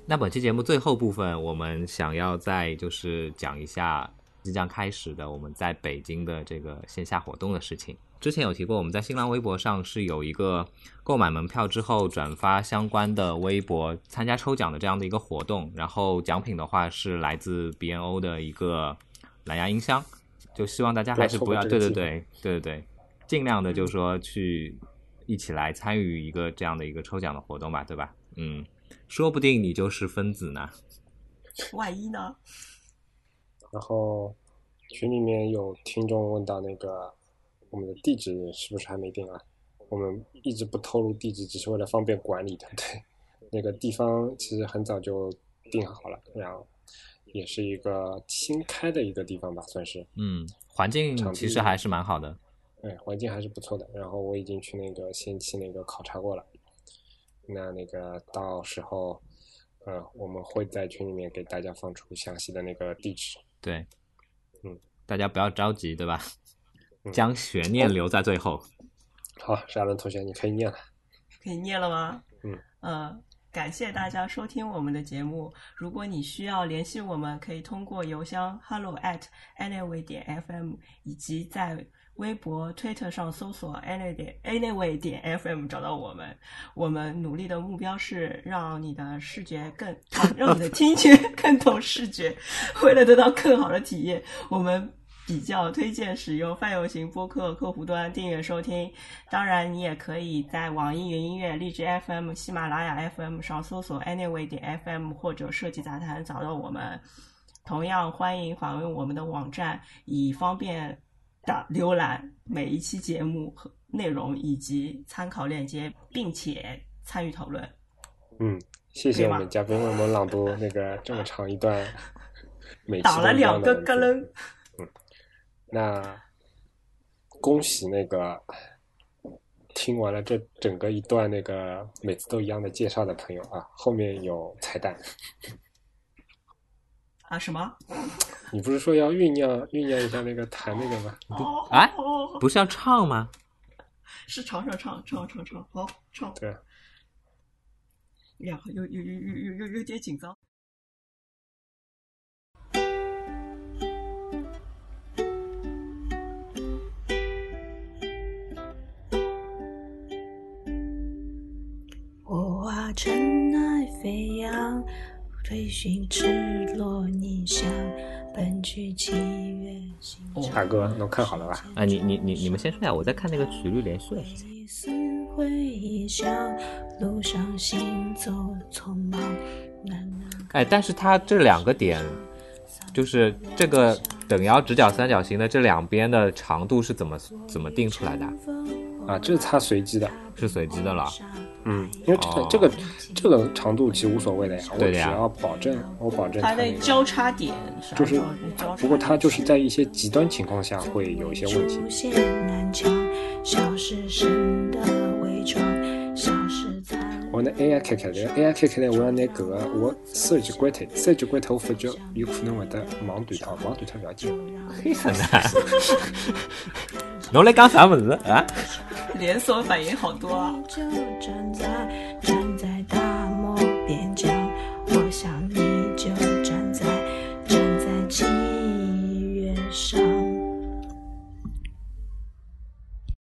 Speaker 4: 那本期节目最后部分，我们想要再就是讲一下即将开始的我们在北京的这个线下活动的事情。之前有提过，我们在新浪微博上是有一个购买门票之后转发相关的微博参加抽奖的这样的一个活动，然后奖品的话是来自 BNO 的一个蓝牙音箱，就希望大家还是
Speaker 2: 不
Speaker 4: 不要
Speaker 2: 要错过
Speaker 4: 对
Speaker 2: 这个
Speaker 4: 对
Speaker 2: 机会
Speaker 4: 对对对对，尽量的就是说去一起来参与一个这样的一个抽奖的活动吧，对吧？嗯，说不定你就是分子呢。
Speaker 1: 万一呢？
Speaker 2: 然后群里面有听众问到那个我们的地址是不是还没定啊？我们一直不透露地址，只是为了方便管理团队。那个地方其实很早就定好了，然后也是一个新开的一个地方吧，算是。
Speaker 4: 嗯，环境
Speaker 2: 场地
Speaker 4: 其实还是蛮好的。
Speaker 2: 哎，环境还是不错的。然后我已经去那个先期那个考察过了，那那个到时候，呃，我们会在群里面给大家放出详细的那个地址。
Speaker 4: 对，
Speaker 2: 嗯，
Speaker 4: 大家不要着急，对吧？
Speaker 2: 嗯
Speaker 4: 将悬念留在最后。
Speaker 2: 好，沙伦同学，你可以念了。
Speaker 1: 可以念了吗？
Speaker 2: 嗯，
Speaker 1: 呃，感谢大家收听我们的节目。如果你需要联系我们，可以通过邮箱 hello at anyway 点 fm，以及在微博、Twitter 上搜索 any 点 anyway 点 fm 找到我们。我们努力的目标是让你的视觉更，啊让你的听觉 更懂视觉。为了得到更好的体验，我们。比较推荐使用泛用型播客客户端订阅收听，当然，你也可以在网易云音乐、荔枝 FM、喜马拉雅 FM 上搜索 Anyway 点 FM 或者设计杂谈找到我们。同样，欢迎访问我们的网站，以方便的浏览每一期节目和内容以及参考链接，并且参与讨论。
Speaker 2: 嗯，谢
Speaker 1: 可
Speaker 2: 谢
Speaker 1: 以
Speaker 2: 我
Speaker 1: 吗
Speaker 2: 们嘉宾为我们朗读那个这么长一 段每期
Speaker 1: 打了
Speaker 2: 都一嗯
Speaker 1: 两
Speaker 2: 样的
Speaker 1: 个
Speaker 2: 文
Speaker 1: 咯
Speaker 2: 字
Speaker 1: 楞。
Speaker 2: 那恭喜那个听完了这整个一段那个每次都一样的介绍的朋友啊，后面有彩蛋。
Speaker 1: 啊什么？
Speaker 2: 你不是说要酝酿酝酿一下那个弹那个吗？
Speaker 1: 哦，
Speaker 4: 哎
Speaker 1: 哦
Speaker 4: 不是要唱吗？
Speaker 1: 是唱唱唱唱唱唱，好唱。
Speaker 2: 对，
Speaker 1: 然后有有有有有有有点紧张。
Speaker 7: 我啊，尘埃飞扬，追寻赤裸逆翔，奔去七月星辰。
Speaker 2: 哦大哥，能看好了吧？
Speaker 4: 啊，你你你你们先说呀，我在看那个曲率连续的事情。
Speaker 7: 一丝回忆笑，路上行走匆忙，难能
Speaker 4: 哎，但是它这两个点，就是这个等腰直角三角形的这两边的长度是怎么怎么定出来的？
Speaker 2: 啊，这是他随机的，
Speaker 4: 是随机的了。
Speaker 2: 嗯，因为这个、
Speaker 4: 哦
Speaker 2: 这个这个长度其实无所谓的呀，我
Speaker 4: 对
Speaker 2: 只
Speaker 4: 的呀
Speaker 2: 要保证我保证
Speaker 1: 它
Speaker 2: 那
Speaker 1: 的
Speaker 2: 个
Speaker 1: 交叉点是按
Speaker 2: 就
Speaker 1: 照
Speaker 2: 是
Speaker 1: 这个交叉，
Speaker 2: 不过它就是在一些极端情况下会有一些问题
Speaker 7: 出。现南墙，消失神的伪装，消失在
Speaker 2: 我那 AI 开开来，AI 开开来，我让拿搿个啊我手机关脱，手机关脱我发觉有可能会得网断掉，网断脱不要紧，
Speaker 4: 侬来讲啥么子啊？
Speaker 1: 连锁反应好多啊！
Speaker 7: 就站在